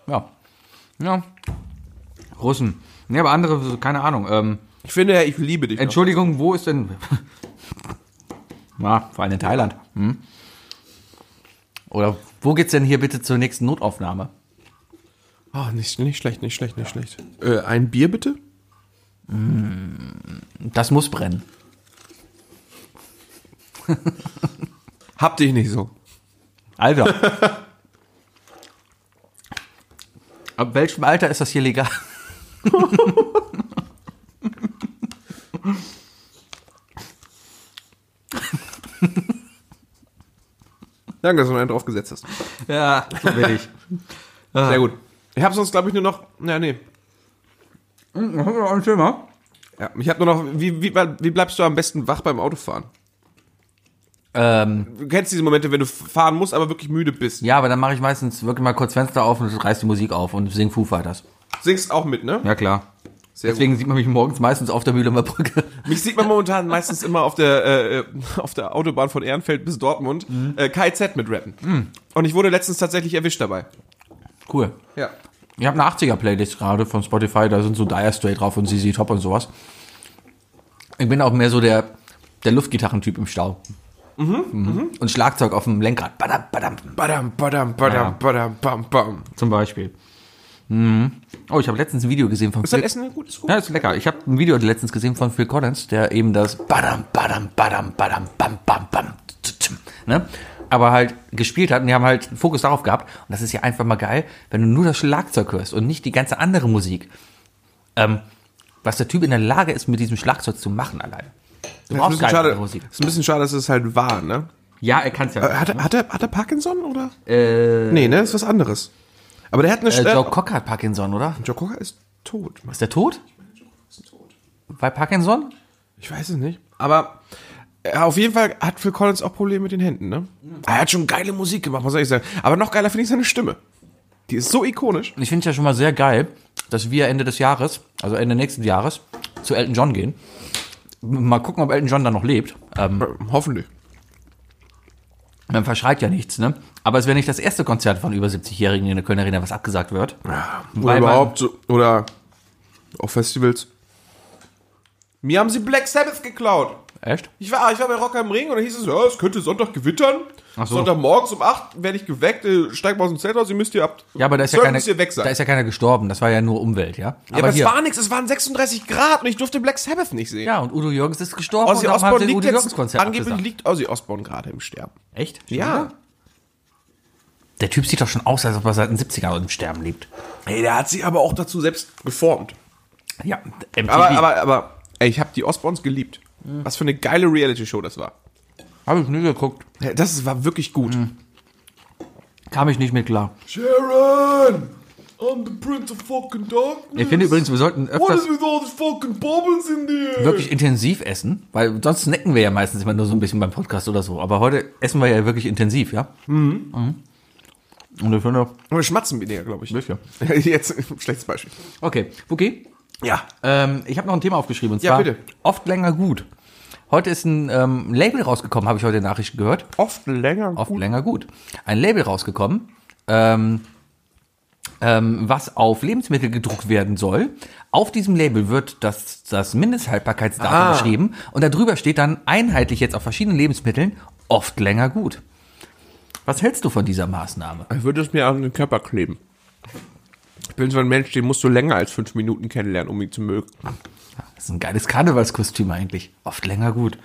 B: Ja. Ja. Russen. Nee, aber andere, keine Ahnung. Ähm,
C: Ich finde ja, ich liebe dich. noch.
B: Entschuldigung, wo ist denn. (laughs) Na, vor allem in Thailand. Hm? Oder wo geht's denn hier bitte zur nächsten Notaufnahme?
C: Ah, nicht, nicht schlecht, nicht schlecht, nicht schlecht. Äh, ein Bier bitte?
B: Das muss brennen.
C: Hab dich nicht so.
B: Alter. (laughs) Ab welchem Alter ist das hier legal?
C: Danke, dass du noch einen
B: (laughs)
C: draufgesetzt hast.
B: Ja, so bin ich.
C: Sehr gut. Ich habe sonst, glaube ich, nur noch. Na, nee.
B: Das ist auch ein Thema.
C: Ja, ich habe nur noch. Wie, wie, wie bleibst du am besten wach beim Autofahren?
B: Ähm,
C: Du kennst diese Momente, wenn du fahren musst, aber wirklich müde bist.
B: ja, aber dann mache ich meistens wirklich mal kurz Fenster auf und reiß die Musik auf und sing Foo Fighters.
C: Singst auch mit, ne?
B: Ja, klar.
C: Sehr
B: Deswegen sieht man mich morgens meistens auf der Mühlemer
C: (laughs)
B: Brücke.
C: Mich sieht man momentan meistens immer auf der, äh, auf der Autobahn von Ehrenfeld bis Dortmund äh, KZ mit rappen. Und ich wurde letztens tatsächlich erwischt dabei.
B: Cool.
C: Ja.
B: Ich habe eine 80er-Playlist gerade von Spotify, da sind so Dire Straits drauf und ZZ Top und sowas. Ich bin auch mehr so der, der Luftgitarrentyp im Stau. Mhm. Und Schlagzeug auf dem Lenkrad. Badam, badam,
C: Badam, badam, badam,
B: Ja.
C: badam, bam, bam.
B: zum Beispiel. Mhm. Oh, ich habe letztens ein Video gesehen von
C: Ist dein Essen gut? Ist gut?
B: Ja, ist lecker. Ich habe ein Video letztens gesehen von Phil Collins, der eben das Badam, Badam, Badam, Badam, Bam, Bam, Bam, tsch, tsch, ne? aber halt gespielt hat und die haben halt einen Fokus darauf gehabt. Und das ist ja einfach mal geil, wenn du nur das Schlagzeug hörst und nicht die ganze andere Musik. Ähm, was der Typ in der Lage ist, mit diesem Schlagzeug zu machen allein. Du
C: Ja, ist, ein
B: brauchst
C: bisschen
B: gar keine
C: schade,
B: andere Musik.
C: ist ein bisschen schade, dass es halt war, ne?
B: Ja, er kann's
C: Äh,
B: ja.
C: Hat, er- hat, er, hat er Parkinson oder?
B: Äh,
C: Nee, ne? Ist was anderes. Aber der hat eine.
B: äh,
C: Äh,
B: Joe Cocker hat Parkinson, oder?
C: Joe Cocker ist tot. Mann.
B: Ist der tot? Bei Parkinson?
C: Ich weiß es nicht. Aber äh, auf jeden Fall hat Phil Collins auch Probleme mit den Händen, ne? Er hat schon geile Musik gemacht, was soll ich sagen. Aber noch geiler finde ich seine Stimme. Die ist so ikonisch.
B: Ich finde es ja schon mal sehr geil, dass wir Ende des Jahres, also Ende nächsten Jahres, zu Elton John gehen. Mal gucken, ob Elton John da noch lebt. Ähm,
C: Hoffentlich.
B: man verschreit ja nichts, ne? Aber es wäre nicht das erste Konzert von über 70-Jährigen in der Kölner Arena, was abgesagt wird.
C: Oder
B: Weil-
C: überhaupt, so- oder auf Festivals. Mir haben sie Black Sabbath geklaut.
B: Echt?
C: Ich war, ich war bei Rock am Ring und dann hieß es, ja, es könnte Sonntag gewittern.
B: Ach so.
C: Sonntagmorgens um 8 werde ich geweckt, äh, steig mal aus dem Zelt raus, ihr müsst hier ab.
B: Ja, aber da ist ja,
C: zwölf
B: keiner,
C: müsst ihr weg sein.
B: da ist ja keiner gestorben. Das war ja nur Umwelt, ja?
C: ja, aber, es war nichts, es waren 36 Grad und ich durfte Black Sabbath nicht sehen.
B: ja, und Udo Jürgens ist gestorben
C: Ozzy
B: und darum haben
C: Osbourne
B: sie
C: liegt
B: Udo Jürgens
C: jetzt,
B: Konzert
C: angeblich
B: abgesagt.
C: liegt Ozzy Osbourne gerade im Sterben.
B: Echt? Schon
C: Ja.
B: wieder? Der Typ sieht doch schon aus, als ob er seit den 70ern im Sterben lebt.
C: Ey, der hat sich aber auch dazu selbst geformt.
B: Ja, MTV.
C: Aber, aber, aber, ey, ich habe die Osborns geliebt.
B: Hm.
C: Was für eine geile Reality-Show das war.
B: Habe ich nie geguckt.
C: Ja, Äh, Das war wirklich gut.
B: Kam ich nicht mit klar.
C: Sharon! I'm the Prince of fucking Darkness.
B: Ich finde übrigens, wir sollten öfters
C: with all the fucking bubbles in there?
B: wirklich intensiv essen, weil sonst snacken wir ja meistens immer nur so ein bisschen beim Podcast oder so. Aber heute essen wir ja wirklich intensiv, ja? Mhm. Und ich finde,
C: Aber schmatzen weniger, glaube ich.
B: Sicher.
C: (laughs) Jetzt, schlechtes Beispiel.
B: okay, Boogie,
C: Ja.
B: ähm, ich habe noch ein Thema aufgeschrieben und
C: Ja,
B: zwar
C: bitte.
B: oft länger gut. Heute ist ein ähm, Label rausgekommen, habe ich heute in Nachrichten gehört.
C: Oft länger.
B: Oft länger gut. Ein Label rausgekommen, ähm, ähm, was auf Lebensmittel gedruckt werden soll. Auf diesem Label wird das, das Mindesthaltbarkeitsdatum
C: Ah.
B: geschrieben und darüber steht dann einheitlich jetzt auf verschiedenen Lebensmitteln oft länger gut. Was hältst du von dieser Maßnahme?
C: Ich würde es mir an den Körper kleben. Ich bin so ein Mensch, den musst du länger als fünf Minuten kennenlernen, um ihn zu mögen.
B: Das ist ein geiles Karnevalskostüm eigentlich. Oft länger gut.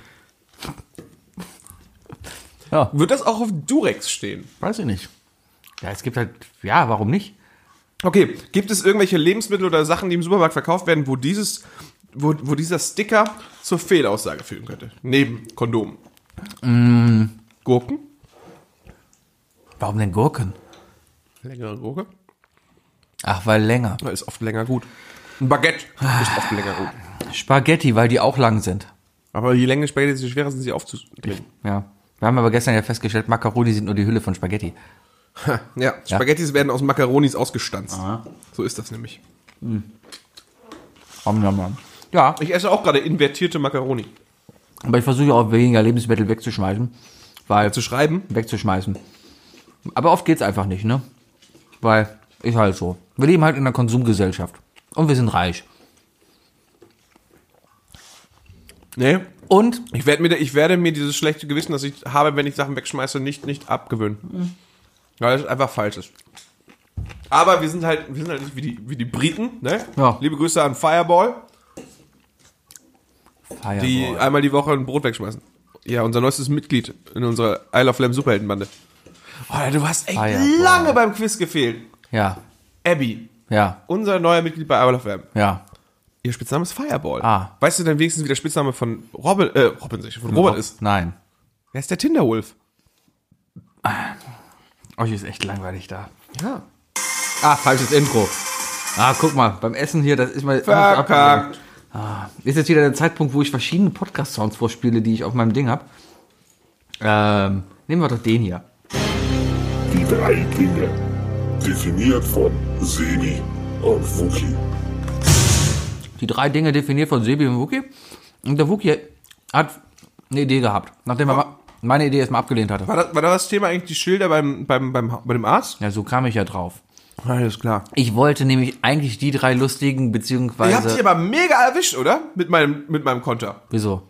B: Ja,
C: Wird das auch auf Durex stehen?
B: weiß ich nicht. Ja, es gibt halt, ja, warum nicht?
C: Okay, gibt es irgendwelche Lebensmittel oder Sachen, die im Supermarkt verkauft werden, wo dieses, wo, wo dieser Sticker zur Fehlaussage führen könnte? Neben Kondomen. Gurken?
B: Warum denn Gurken?
C: Längere Gurke?
B: Ach, weil länger.
C: Weil Ist oft länger gut. Ein Baguette ist oft länger gut.
B: Spaghetti, weil die auch lang sind.
C: Aber je länger Spaghetti, desto schwerer sind sie aufzudrehen.
B: Ja. Wir haben aber gestern ja festgestellt, Macaroni sind nur die Hülle von Spaghetti.
C: Ja, Spaghettis werden aus Macaronis ausgestanzt. So ist das nämlich.
B: Om, nom, nom. Ja,
C: Ich esse auch gerade invertierte Macaroni.
B: aber ich versuche auch weniger Lebensmittel wegzuschmeißen. Weil
C: Also Zu schreiben?
B: wegzuschmeißen. Aber oft geht's einfach nicht, ne? Weil ist halt so. Wir leben halt in einer Konsumgesellschaft. Und wir sind reich.
C: Nee.
B: Und
C: Ich werde mir, ich werde mir dieses schlechte Gewissen, das ich habe, wenn ich Sachen wegschmeiße, nicht, nicht abgewöhnen.
B: Mhm.
C: Weil das einfach falsch ist. Aber wir sind halt, wir sind halt nicht wie die, wie die Briten, ne?
B: Ja.
C: Liebe Grüße an Fireball,
B: Feierabend.
C: die einmal die Woche ein Brot wegschmeißen. Ja, unser neuestes Mitglied in unserer Isle of Lamb Superheldenbande. Oh, du hast echt
B: Fireball.
C: lange beim Quiz gefehlt.
B: Ja,
C: Abby,
B: ja,
C: unser neuer Mitglied bei Isle of Lamb.
B: ja.
C: Ihr Spitzname ist Fireball.
B: Ah.
C: Weißt du denn wenigstens, wie der Spitzname von Robin, äh, Robin, sag ich, von Robert ist?
B: Nein.
C: Er ist der Tinderwolf.
B: Euch ist echt langweilig da.
C: Ja.
B: Ah, falsches Intro. Ah, guck mal, beim Essen hier, das ist mal.
C: Verkackt.
B: Ist jetzt wieder der Zeitpunkt, wo ich verschiedene Podcast-Sounds vorspiele, die ich auf meinem Ding habe. Ähm, nehmen wir doch den hier.
E: Die drei Dinge. Definiert von Sebi und Wookie.
B: Die drei Dinge definiert von Sebi und Wookie. Und der Wookie hat eine Idee gehabt, nachdem er ma- meine Idee erstmal abgelehnt hatte.
C: War das, war das Thema eigentlich die Schilder beim, beim, beim, bei dem Arzt?
B: Ja, so kam ich ja drauf.
C: Alles klar.
B: Ich wollte nämlich eigentlich die drei lustigen,
C: Ihr habt dich
B: beziehungsweise.
C: aber mega erwischt, oder? Mit meinem, mit meinem Konter.
B: Wieso?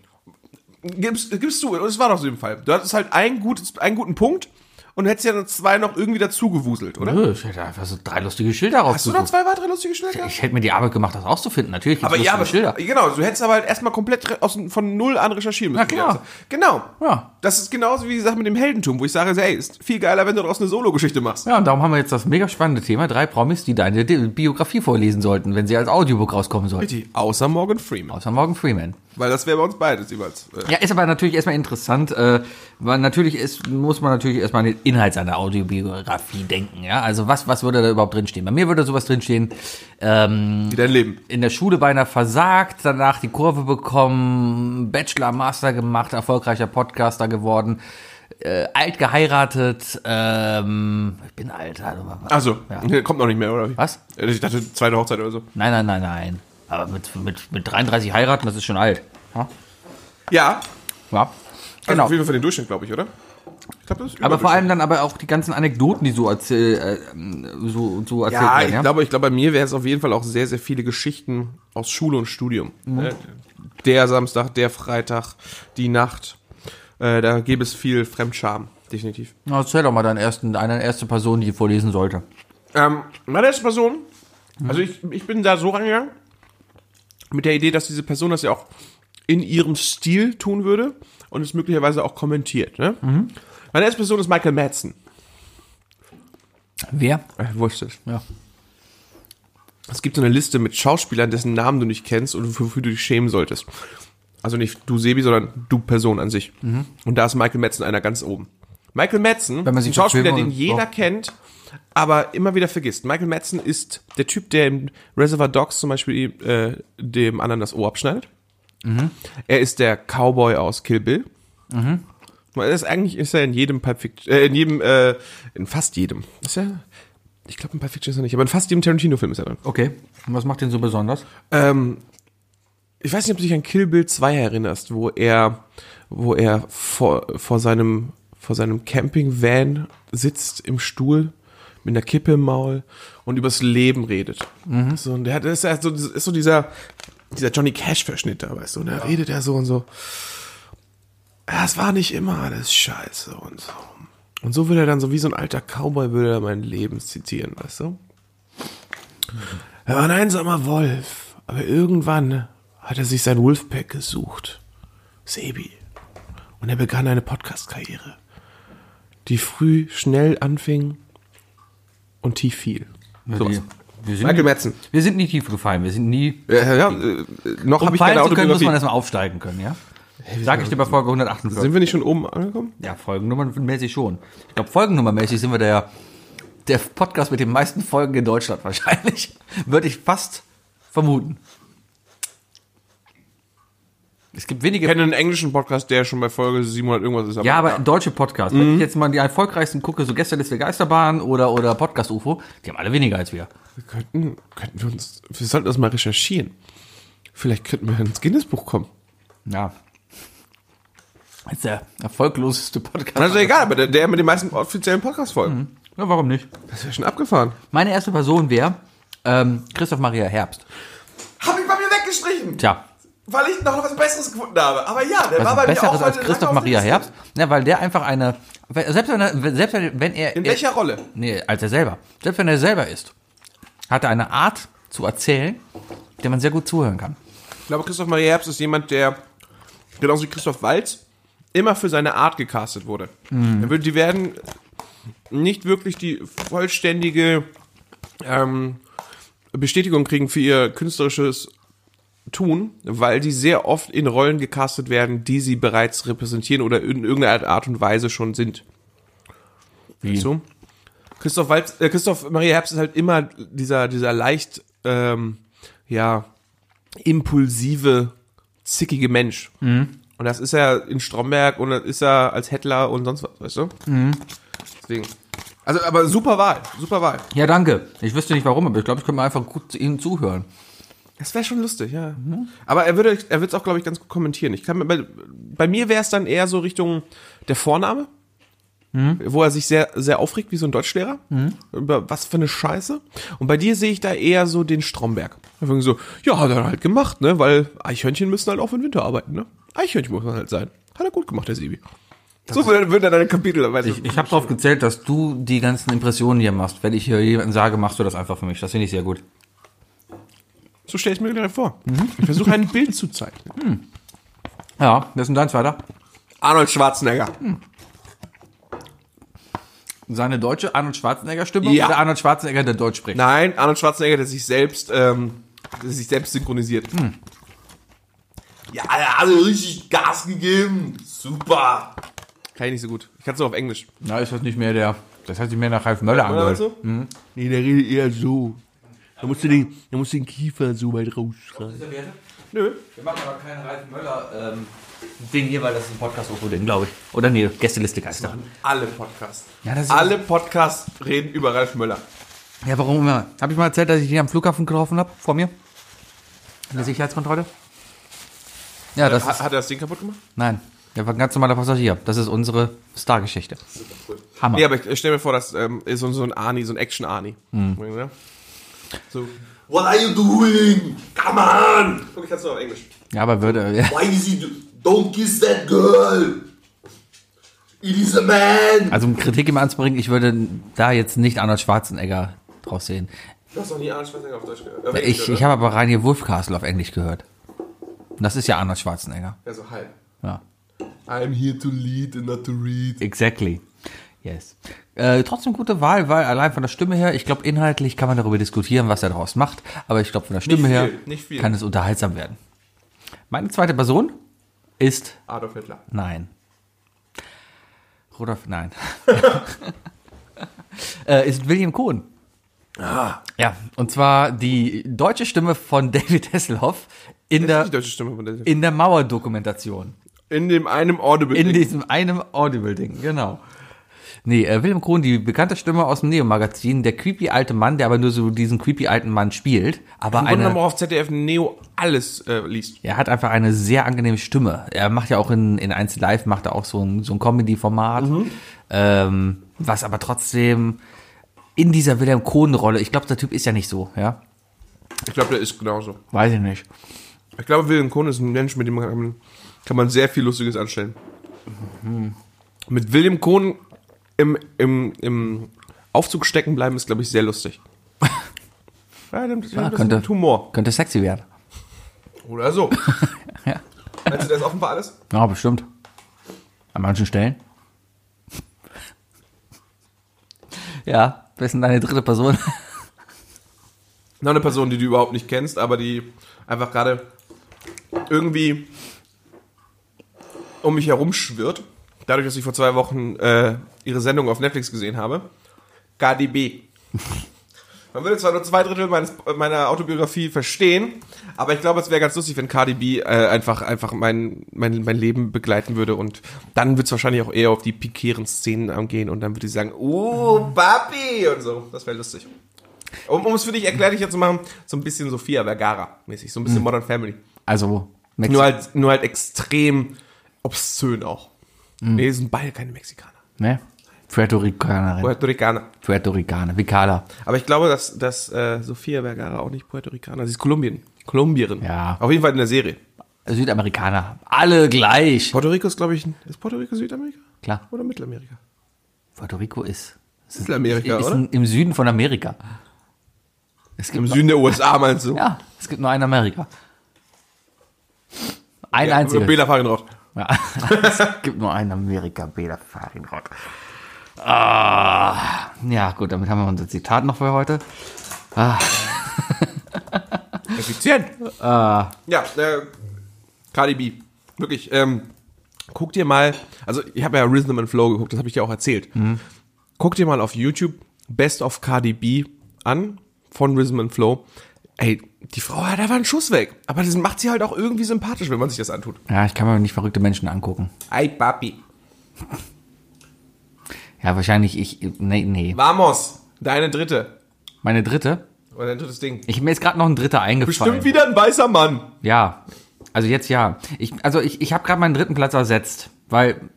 C: Gibst, gibst du, es war doch so im Fall. Du hattest halt einen, gutes, einen guten Punkt und hättest ja noch zwei noch irgendwie dazugewuselt, oder?
B: Nö, Ich hätte einfach so drei lustige Schilder
C: Hast du noch
B: rausgesucht.
C: zwei weitere lustige Schilder gehabt?
B: Ich hätte mir die Arbeit gemacht, das rauszufinden. Natürlich gibt's
C: Aber ja, aber,
B: lustige Schilder.
C: genau, du hättest aber halt erstmal komplett re- aus, von null an recherchieren müssen.
B: Na klar.
C: Genau.
B: Ja.
C: Das ist genauso wie die Sache mit dem Heldentum, wo ich sage, ey, ist viel geiler, wenn du daraus eine Solo-Geschichte machst.
B: Ja, und darum haben wir jetzt das mega spannende Thema. Drei Promis, die deine Di- Biografie vorlesen sollten, wenn sie als Audiobook rauskommen sollten.
C: Richtig. Außer Morgan Freeman.
B: Außer Morgan Freeman.
C: Weil das wäre bei uns beides jeweils. Äh,
B: Ja, ist aber natürlich erstmal interessant, äh, weil natürlich ist, muss man natürlich erstmal an den Inhalt seiner Audiobiografie denken, ja. Also was, was würde da überhaupt drinstehen? Bei mir würde sowas drinstehen, ähm,
C: Wie dein Leben.
B: in der Schule beinahe versagt, danach die Kurve bekommen, Bachelor, Master gemacht, erfolgreicher Podcaster geworden, äh, alt geheiratet, ähm, ich bin alt, also,
C: Also, (laughs) kommt noch nicht mehr, oder? wie?
B: Was?
C: Äh, Ich dachte, zweite Hochzeit oder so.
B: Nein, nein, nein, nein. Aber mit, mit, mit 33 heiraten, das ist schon alt. Ja.
C: Ja.
B: ja.
C: Also
B: Genau.
C: auf jeden Fall für den Durchschnitt, glaube ich, oder? Ich glaube, das ist
B: aber vor allem
C: Überdurchschnitt.
B: dann aber auch die ganzen Anekdoten, die so, erzähl, äh, ähm, so, so erzählt
C: Ja,
B: werden. Mhm.
C: ich glaube, ich glaube, bei mir wäre es auf jeden Fall auch sehr, sehr viele Geschichten aus Schule und Studium. Äh, der Samstag, der Freitag, die Nacht. Äh, da gäbe es viel Fremdscham, definitiv.
B: Na, erzähl doch mal deinen ersten, eine erste Person, die vorlesen sollte.
C: Ähm, meine erste Person, also ich, ich bin da so rangegangen, mit der Idee, dass diese Person das ja auch in ihrem Stil tun würde und es möglicherweise auch kommentiert. Ne? Meine erste Person ist Michael Madsen.
B: Wer?
C: Äh, wusste es.
B: Ja.
C: Es gibt so eine Liste mit Schauspielern, dessen Namen du nicht kennst und wofür du dich schämen solltest. Also nicht du Sebi, sondern du Person an sich. Und da ist Michael Madsen einer ganz oben. Michael Madsen,
B: Mhm. Wenn man sich
C: ein Schauspieler,
B: Verfilmung und-
C: den
B: Oh.
C: jeder
B: doch.
C: kennt, aber immer wieder vergisst. Michael Madsen ist der Typ, der in Reservoir Dogs zum Beispiel äh, dem anderen das Ohr abschneidet.
B: Mhm.
C: Er ist der Cowboy aus Kill Bill. Man ist eigentlich ist er in jedem Pulp Fiction, äh, in jedem, äh, in fast jedem. Ist er? Ich glaube, in Pulp Fiction ist er nicht, aber in fast jedem Tarantino-Film ist er drin.
B: Okay. Und was macht den so besonders?
C: Ähm, ich weiß nicht, ob du dich an Kill Bill 2 erinnerst, wo er, wo er vor, vor seinem, vor seinem Camping-Van sitzt im Stuhl mit einer Kippe im Maul und übers Leben redet. So, und der hat, das ist, halt so, das ist so dieser, dieser Johnny Cash-Verschnitt da, weißt du, und da redet er so und so. Ja, es war nicht immer alles scheiße und so. Und so würde er dann, so wie so ein alter Cowboy, würde er mein Leben zitieren, weißt du? Er war ein einsamer Wolf, aber irgendwann hat er sich sein Wolfpack gesucht. Sebi. Und er begann eine Podcast-Karriere, die früh, schnell anfing und tief fiel. Sowas.
B: wir,
C: Michael Madsen.
B: wir sind nie tief gefallen. Wir sind nie.
C: Ja, ja, äh, noch
B: Um
C: habe ich
B: fallen
C: keine
B: zu können, muss
C: Autobiografie.
B: man erstmal aufsteigen können, ja? Sag ich dir bei Folge 148.
C: Sind wir nicht schon oben angekommen?
B: Ja, folgennummernmäßig schon. Ich glaube, folgennummermäßig sind wir der, der Podcast mit den meisten Folgen in Deutschland wahrscheinlich. (laughs) Würde ich fast vermuten. Es gibt wenige.
C: Ich kenne einen englischen Podcast, der schon bei Folge 700 irgendwas ist.
B: ja, aber Mhm. deutsche Podcasts. Wenn ich jetzt mal die erfolgreichsten gucke, so gestern ist wir Geisterbahn oder, oder Podcast UFO, die haben alle weniger als wir.
C: Wir könnten, könnten wir uns, wir sollten das mal recherchieren. Vielleicht könnten wir ins Guinness-Buch kommen.
B: Ja. Das ist der erfolgloseste Podcast.
C: Also egal, aber der, der mit den meisten offiziellen Podcast-Folgen.
B: ja, warum nicht?
C: Das ist ja schon abgefahren.
B: Meine erste Person wäre ähm, Christoph Maria Herbst.
C: Hab ich bei mir weggestrichen,
B: Tja,
C: weil ich noch was Besseres gefunden habe. Aber ja, der war
B: Was
C: bei
B: Also ist
C: mir
B: besseres
C: auch heute
B: als
C: lange
B: Christoph
C: auf der
B: Maria
C: Liste.
B: Herbst? Na, weil der einfach eine. weil- Selbst wenn er. Selbst wenn er
C: In welcher
B: er,
C: Rolle?
B: Nee, als er selber. Selbst wenn er selber ist, hat er eine Art zu erzählen, der man sehr gut zuhören kann.
C: Ich glaube, Christoph Maria Herbst ist jemand, der, genauso wie Christoph Walz, immer für seine Art gecastet wurde. Er wird- Die werden nicht wirklich die vollständige ähm, Bestätigung kriegen für ihr künstlerisches Tun, weil die sehr oft in Rollen gecastet werden, die sie bereits repräsentieren oder in irgendeiner Art und Weise schon sind. Wie? So. Christoph, Walz, äh, Christoph Maria Herbst ist halt immer dieser, dieser leicht, ähm, ja, impulsive, zickige Mensch. Und das ist er in Stromberg und das ist er als Hettler und sonst was, weißt du? Deswegen. Also, aber super Wahl, super Wahl.
B: Ja, danke. Ich wüsste nicht warum, aber ich glaube, ich könnte mir einfach gut zu ihm zuhören.
C: Das wäre schon lustig, ja. Aber er würde, er wird es auch, glaube ich, ganz gut kommentieren. Ich kann, mir- bei, bei mir wäre es dann eher so Richtung der Vorname, wo er sich sehr, sehr aufregt, wie so ein Deutschlehrer. Über was für eine Scheiße. Und bei dir sehe ich da eher so den Stromberg. Einfach so, ja, hat er halt gemacht, ne? Weil Eichhörnchen müssen halt auch im Winter arbeiten, ne? Eichhörnchen muss man halt sein. Hat er gut gemacht, der Sebi. so würde würden dann deine Kapitel, weiß ich.
B: Ich habe darauf gezählt, dass du die ganzen Impressionen hier machst. Wenn ich hier jemanden sage, machst du das einfach für mich. Das finde ich sehr gut.
C: So stelle ich mir gerade vor. Ich versuche ein Bild zu zeichnen.
B: Ja, das ist denn dein zweiter.
C: Arnold Schwarzenegger.
B: Seine deutsche Arnold Schwarzenegger-Stimme
C: Ja.
B: oder Arnold Schwarzenegger, der Deutsch spricht?
C: Nein, Arnold Schwarzenegger, der sich selbst, ähm, der sich selbst synchronisiert.
B: Hm.
C: Ja, er hat richtig Gas gegeben. Super. Kann ich nicht so gut. Ich kann es nur auf Englisch.
B: Na, ist das nicht mehr der. Das hat sich mehr nach Ralf Möller
C: Oder
B: angehört.
C: so?
F: Nee, der redet eher so. Da musst du den, da musst du den Kiefer so weit rausschreien.
C: Nö.
B: Wir machen aber keinen Ralf Möller ähm, Ding hier, weil das ist ein Podcast UFO Ding, glaube ich. Oder nee, Gästeliste Geister.
C: Alle Podcasts.
B: Ja, das ist-
C: Alle Podcasts reden über Ralf Möller.
B: Ja, warum immer? Habe ich mal erzählt, dass ich die am Flughafen getroffen habe, vor mir? In der Sicherheitskontrolle? Ja, das
C: Hat,
B: ist,
C: hat er das Ding kaputt gemacht?
B: nein, der war ein ganz normaler Passagier. Das ist unsere Star-Geschichte. Hammer.
C: Nee, aber ich, ich stell mir vor, das ähm, ist so, so ein Arnie, so ein Action-Arnie.
B: Hm.
C: Mhm. So. What are you doing? Come on! Und ich kann es nur auf Englisch.
B: Ja, aber würde. (laughs)
G: Why is he? do- Don't kiss that girl. It is a man.
B: Also um Kritik ihm anzubringen, ich würde da jetzt nicht Arnold Schwarzenegger draus sehen.
C: Du hast noch nie Arnold Schwarzenegger auf Deutsch gehört.
B: Ich, ich habe aber Rainier Wolfcastle auf Englisch gehört. Und Das ist ja Arnold Schwarzenegger.
C: Ja, so halb.
B: Ja.
C: I'm here to lead and not to read.
B: Exactly. Yes. Äh, trotzdem gute Wahl, weil allein von der Stimme her, ich glaube, inhaltlich kann man darüber diskutieren, was er daraus macht, aber ich glaube, von der Stimme
C: viel,
B: her
C: nicht viel.
B: kann es unterhaltsam werden. Meine zweite Person ist
C: Adolf Hitler.
B: Nein. Rudolf,
C: (laughs)
B: nein. äh, ist William Cohn.
C: Ah.
B: Ja, und zwar die deutsche Stimme von (laughs) David Hasselhoff in
C: Das
B: der,
C: ist die deutsche Stimme von der
B: in der Mauerdokumentation.
C: In dem einem Audible.
B: In diesem einem Audible-Ding, genau. Nee, äh, Wilhelm Krohn, die bekannte Stimme aus dem Neo-Magazin, der creepy alte Mann, der aber nur so diesen creepy alten Mann spielt, aber
C: Grunde
B: eine,
C: genommen auf ZDF Neo alles äh, liest.
B: er hat einfach eine sehr angenehme Stimme. Er macht ja auch in, in 1 Live, macht er auch so ein, so ein Comedy-Format, ähm, was aber trotzdem in dieser Wilhelm Krohn-Rolle, ich glaube, der Typ ist ja nicht so, ja?
C: Ich glaube, der ist genauso.
B: Weiß ich nicht.
C: Ich glaube, Wilhelm Kohn ist ein Mensch, mit dem kann, kann man sehr viel Lustiges anstellen. Mit Wilhelm Kohn im, im, im Aufzug stecken bleiben ist, glaube ich, sehr lustig. ja, nimmt, nimmt das
B: könnte.
C: mit Humor.
B: Könnte sexy werden.
C: Oder so.
B: Ja.
C: Meinst du, das ist offenbar alles?
B: Ja, bestimmt. An manchen Stellen. (laughs) ja, wer ist denn deine dritte Person?
C: Noch eine Person, die du überhaupt nicht kennst, aber die einfach gerade irgendwie um mich herum schwirrt. Dadurch, dass ich vor zwei Wochen äh, ihre Sendung auf Netflix gesehen habe. KDB. Man würde zwar nur zwei Drittel meines, meiner Autobiografie verstehen, aber ich glaube, es wäre ganz lustig, wenn KDB äh, einfach, einfach mein, mein, mein Leben begleiten würde und dann wird es wahrscheinlich auch eher auf die pikieren Szenen angehen und dann würde ich sagen, oh, Papi und so. Das wäre lustig. Um, um es für dich erklärlicher zu machen, so ein bisschen Sofia Vergara-mäßig, so ein
B: Mhm.
C: bisschen Modern Family.
B: (laughs) Also, Mexi
C: Nur halt, nur halt extrem obszön auch.
B: Mhm.
C: Nee, sind beide keine Mexikaner.
B: ne? Puerto Ricanerin.
C: Puerto Ricaner.
B: Puerto Ricaner, Vicala.
C: Aber ich glaube, dass, dass äh, Sofia Vergara auch nicht Puerto Ricaner, sie ist Kolumbien. Kolumbierin.
B: Ja.
C: Auf jeden Fall in der Serie.
B: Südamerikaner. Alle gleich.
C: Puerto Rico ist, glaube ich, ist Puerto Rico Südamerika?
B: Klar,
C: Oder Mittelamerika?
B: Puerto Rico ist,
C: Mittelamerika,
B: ist
C: oder?
B: ein, im Süden von Amerika. Es gibt
C: Im
B: nur,
C: Süden der USA meinst du?
B: Ja, es gibt nur ein Amerika. Ein
C: Ja,
B: einziges.
C: Bela Fahrenrott.
B: Ja, (laughs) es gibt nur einen Amerika, Bela Fahrenrott. Ah, ja, gut, damit haben wir unser Zitat noch für heute.
C: Effizient. Ja, äh, Cardi B. Wirklich. Ähm, guck dir mal, also ich habe ja Rhythm and Flow geguckt, das habe ich dir auch erzählt. Guck dir mal auf YouTube Best of Cardi B an von Rhythm and Flow. Ey, die Frau hat einfach einen Schuss weg. Aber das macht sie halt auch irgendwie sympathisch, wenn man sich das antut.
B: Ja, ich kann mir nicht verrückte Menschen angucken.
C: Ey, Papi.
B: Ja, wahrscheinlich ich, nee, nee.
C: Vamos, deine dritte.
B: Meine dritte,
C: Oder dein drittes Ding.
B: ich, mir ist gerade noch ein dritter eingefallen.
C: Bestimmt wieder ein weißer Mann.
B: Ja, also jetzt ja. Ich, also ich, ich habe gerade meinen dritten Platz ersetzt, weil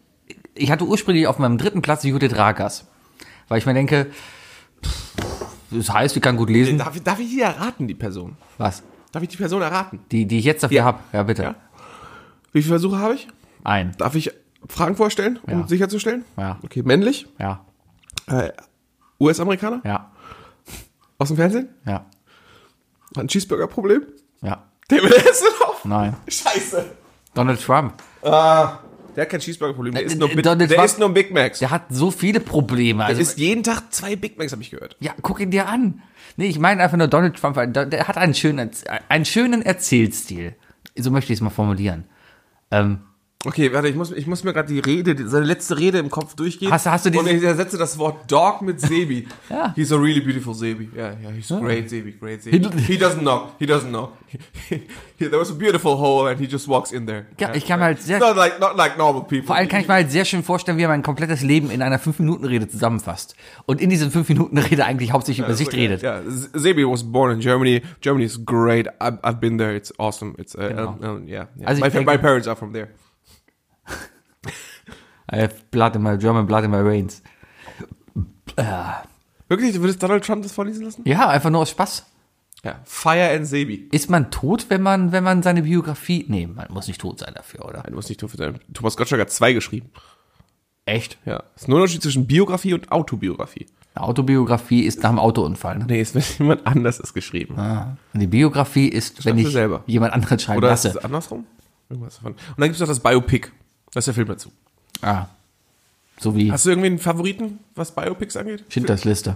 B: ich hatte ursprünglich auf meinem dritten Platz Judith Rakers. Weil ich mir denke, pff, das heißt, die kann gut lesen.
C: Darf, ich- darf ich die erraten, die Person?
B: Was?
C: Darf ich die Person erraten?
B: Die, die ich jetzt dafür
C: Ja.
B: hab. Ja, bitte.
C: Ja. Wie viele Versuche habe ich?
B: Ein.
C: Darf ich Fragen vorstellen, um
B: Ja.
C: sicherzustellen?
B: Ja.
C: Okay, männlich,
B: Ja,
C: äh, US-Amerikaner,
B: ja,
C: aus dem Fernsehen,
B: ja,
C: hat ein Cheeseburger-Problem.
B: ja.
C: David Hasselhoff.
B: Nein.
C: Scheiße.
B: Donald Trump,
C: Der hat kein Cheeseburger-Problem. Der,
B: Äh,
C: isst nur
B: äh,
C: Big-
B: Donald
C: der
B: Trump-
C: isst nur Big Macs.
B: der hat so viele Probleme.
C: Der
B: Also,
C: isst jeden Tag zwei Big Macs, habe ich gehört.
B: ja, guck ihn dir an. Nee, ich meine einfach nur Donald Trump, weil der der hat einen schönen, einen schönen Erzählstil. So möchte ich es mal formulieren. Ähm,
C: Okay, warte, ich muss, ich muss mir gerade die Rede, die- seine letzte Rede im Kopf durchgehen.
B: Hast du- hast du
C: Und
B: diese-
C: ich ersetze das Wort Dog mit Sebi.
B: (laughs) Ja.
C: He's a really beautiful Sebi. Yeah, yeah, he's great Sebi, great Sebi.
B: He-
C: He doesn't knock, he doesn't knock. (laughs) there was a beautiful hole and he just walks in there.
B: ja, ich kann mir halt sehr,
C: Not like, not like normal people.
B: vor allem kann ich mir halt sehr schön vorstellen, wie er mein komplettes Leben in einer 5-Minuten-Rede zusammenfasst. Und in diesen 5-Minuten-Rede eigentlich hauptsächlich über sich redet.
C: Yeah, Z- Sebi was born in Germany. Germany is great. I've, I've been there. It's awesome. It's uh,
H: Genau.
C: um, um, yeah. yeah.
B: Also ich
C: my, fa-
B: denke-
C: my parents are from there.
B: I have blood in my, German blood in my veins.
C: Wirklich, du würdest Donald Trump das vorlesen lassen?
B: Ja, einfach nur aus Spaß.
C: Ja, Fire and Sebi.
B: Ist man tot, wenn man, wenn man seine Biografie. Nee, man muss nicht tot sein dafür, oder?
C: Nein, du musst nicht doof sein. Thomas Gottschalk hat zwei geschrieben.
B: Echt?
C: Ja. Ist nur ein Unterschied zwischen Biografie und Autobiografie.
B: Eine Autobiografie ist nach dem Autounfall. Ne?
C: Nee, ist, wenn (laughs) jemand anders es geschrieben hat.
H: Ah,
B: Und die Biografie ist, wenn
C: sie
B: ich
C: selber.
B: jemand anderen schreiben
C: Oder ist es
B: lasse.
C: andersrum? Irgendwas davon. Und dann gibt es noch das Biopic. Da ist der Film dazu.
B: Ah. So wie
C: Hast du irgendwie einen Favoriten, was Biopics angeht?
B: Schindlers Liste.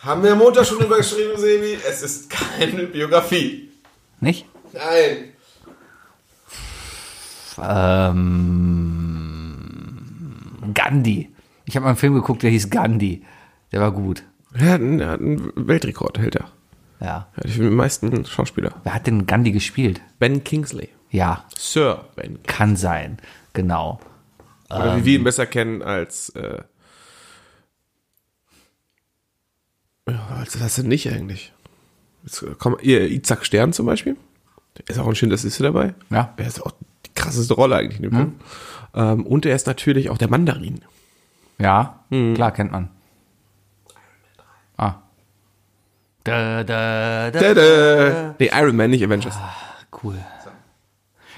H: Haben wir am Montag schon drüber geschrieben, Sebi? Es ist keine Biografie.
B: Nicht?
H: Nein.
B: Ähm, Gandhi. Ich habe mal einen Film geguckt, der hieß Gandhi. Der war gut.
C: Er hat einen, er hat einen Weltrekord, hält er.
B: Ja.
C: Er hat den meisten Schauspieler.
B: Wer hat denn Gandhi gespielt?
C: Ben Kingsley.
B: Ja,
C: Sir Ben Kingsley.
B: kann sein. Genau.
C: Oder wie wir ihn besser kennen als. Äh, ja, als das denn nicht eigentlich? Jetzt, äh, komm, ihr, Isaac Stern zum Beispiel. Der ist auch ein schönes Liste dabei.
B: Ja.
C: Er ist auch die krasseste Rolle eigentlich in dem Film. Ähm, und er ist natürlich auch der Mandarin.
B: Ja,
C: Mhm.
B: klar, kennt man. Ah. Da, da, da.
C: Tada! Nee, Iron Man, nicht Avengers.
B: Cool.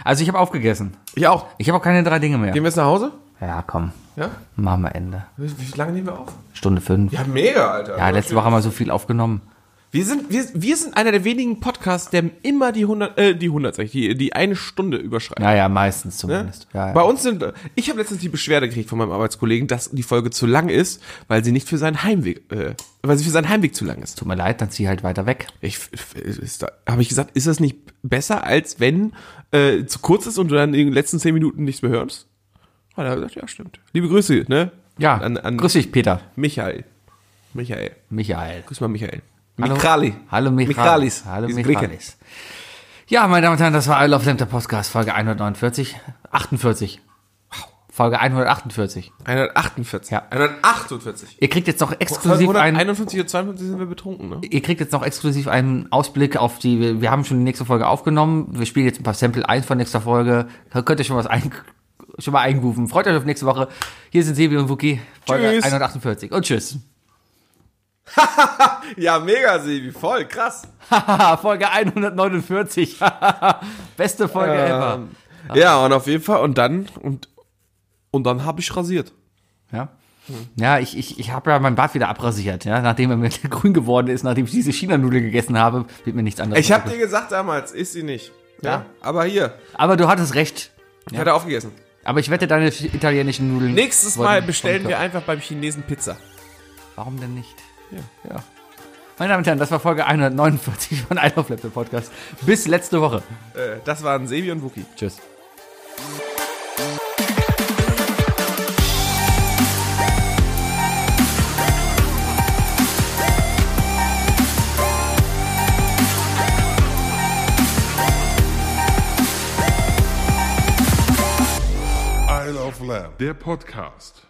B: Also ich habe aufgegessen.
C: Ich auch.
B: Ich habe auch keine drei Dinge mehr.
C: Gehen wir jetzt nach Hause?
B: Ja, komm.
C: Ja?
B: Machen wir Ende.
C: Wie, wie lange nehmen wir auf?
B: Stunde fünf. Ja,
C: Ja, mega, Alter.
B: letzte Woche haben wir so viel aufgenommen.
C: Wir sind, wir, wir sind einer der wenigen Podcasts, der immer die 100, äh, die 100, sag ich, die, die eine Stunde überschreitet.
B: Ja, ja, meistens
C: Ne?
B: zumindest. Ja, ja.
C: Bei uns sind, ich habe letztens die Beschwerde gekriegt von meinem Arbeitskollegen, dass die Folge zu lang ist, weil sie nicht für seinen Heimweg, äh, weil sie für seinen Heimweg zu lang ist.
B: Tut mir leid, dann zieh halt weiter weg.
C: Ich, habe ich gesagt, ist das nicht besser, als wenn äh, zu kurz ist und du dann in den letzten zehn Minuten nichts mehr hörst? Hat er gesagt, ja, stimmt. Liebe Grüße, ne?
B: Ja,
C: an, an
B: grüß dich, Peter.
C: Michael. Michael.
B: Michael.
C: Grüß mal Michael.
B: Hallo.
C: Mikrali.
B: Hallo Michalis.
C: Mikralis.
B: Hallo
C: Wir sind Griechen.
B: Michalis. Ja, meine Damen und Herren, das war I Love Lamp, der Podcast, Folge 149. 48. Folge 148.
C: 148.
B: Ja.
C: 148.
B: Ihr kriegt jetzt noch
C: Folge
B: exklusiv einen,
C: 151 und 52 sind wir betrunken, ne?
B: ihr kriegt jetzt noch exklusiv einen Ausblick auf die, wir, wir haben schon die nächste Folge aufgenommen. Wir spielen jetzt ein paar Sample ein von nächster Folge. Da könnt ihr schon was ein, schon mal einrufen. Freut euch auf nächste Woche. Hier sind Sebi und Wookie. Folge
C: Tschüss.
B: 148. Und tschüss. (laughs)
C: Ja, mega, Sebi. Voll, krass.
B: Haha, Folge 149. (laughs) Beste Folge ever.
C: Ja, und auf jeden Fall. Und dann, und, und dann habe ich rasiert.
B: Ja. Ja, ich, ich, ich habe ja mein Bart wieder abrasiert, ja. Nachdem er mir (laughs) grün geworden ist, nachdem ich diese China-Nudel gegessen habe, wird mir nichts anderes.
C: Ich habe dir gesagt damals, ist sie nicht. Ja.
B: Ja.
C: Aber hier,
B: Aber du hattest recht.
C: ich hatte aufgegessen.
B: Aber ich wette, deine italienischen Nudeln.
C: Nächstes
B: wurden
C: Mal
B: vom
C: bestellen wir
B: Körper-
C: einfach beim Chinesen Pizza.
B: Warum denn nicht? Ja. ja. Meine Damen und Herren, das war Folge 149 von I Love Lab, der Podcast. Bis letzte Woche.
C: Äh, Das waren Sebi und Wookie.
B: Tschüss.
E: Isle of Lamb, der Podcast.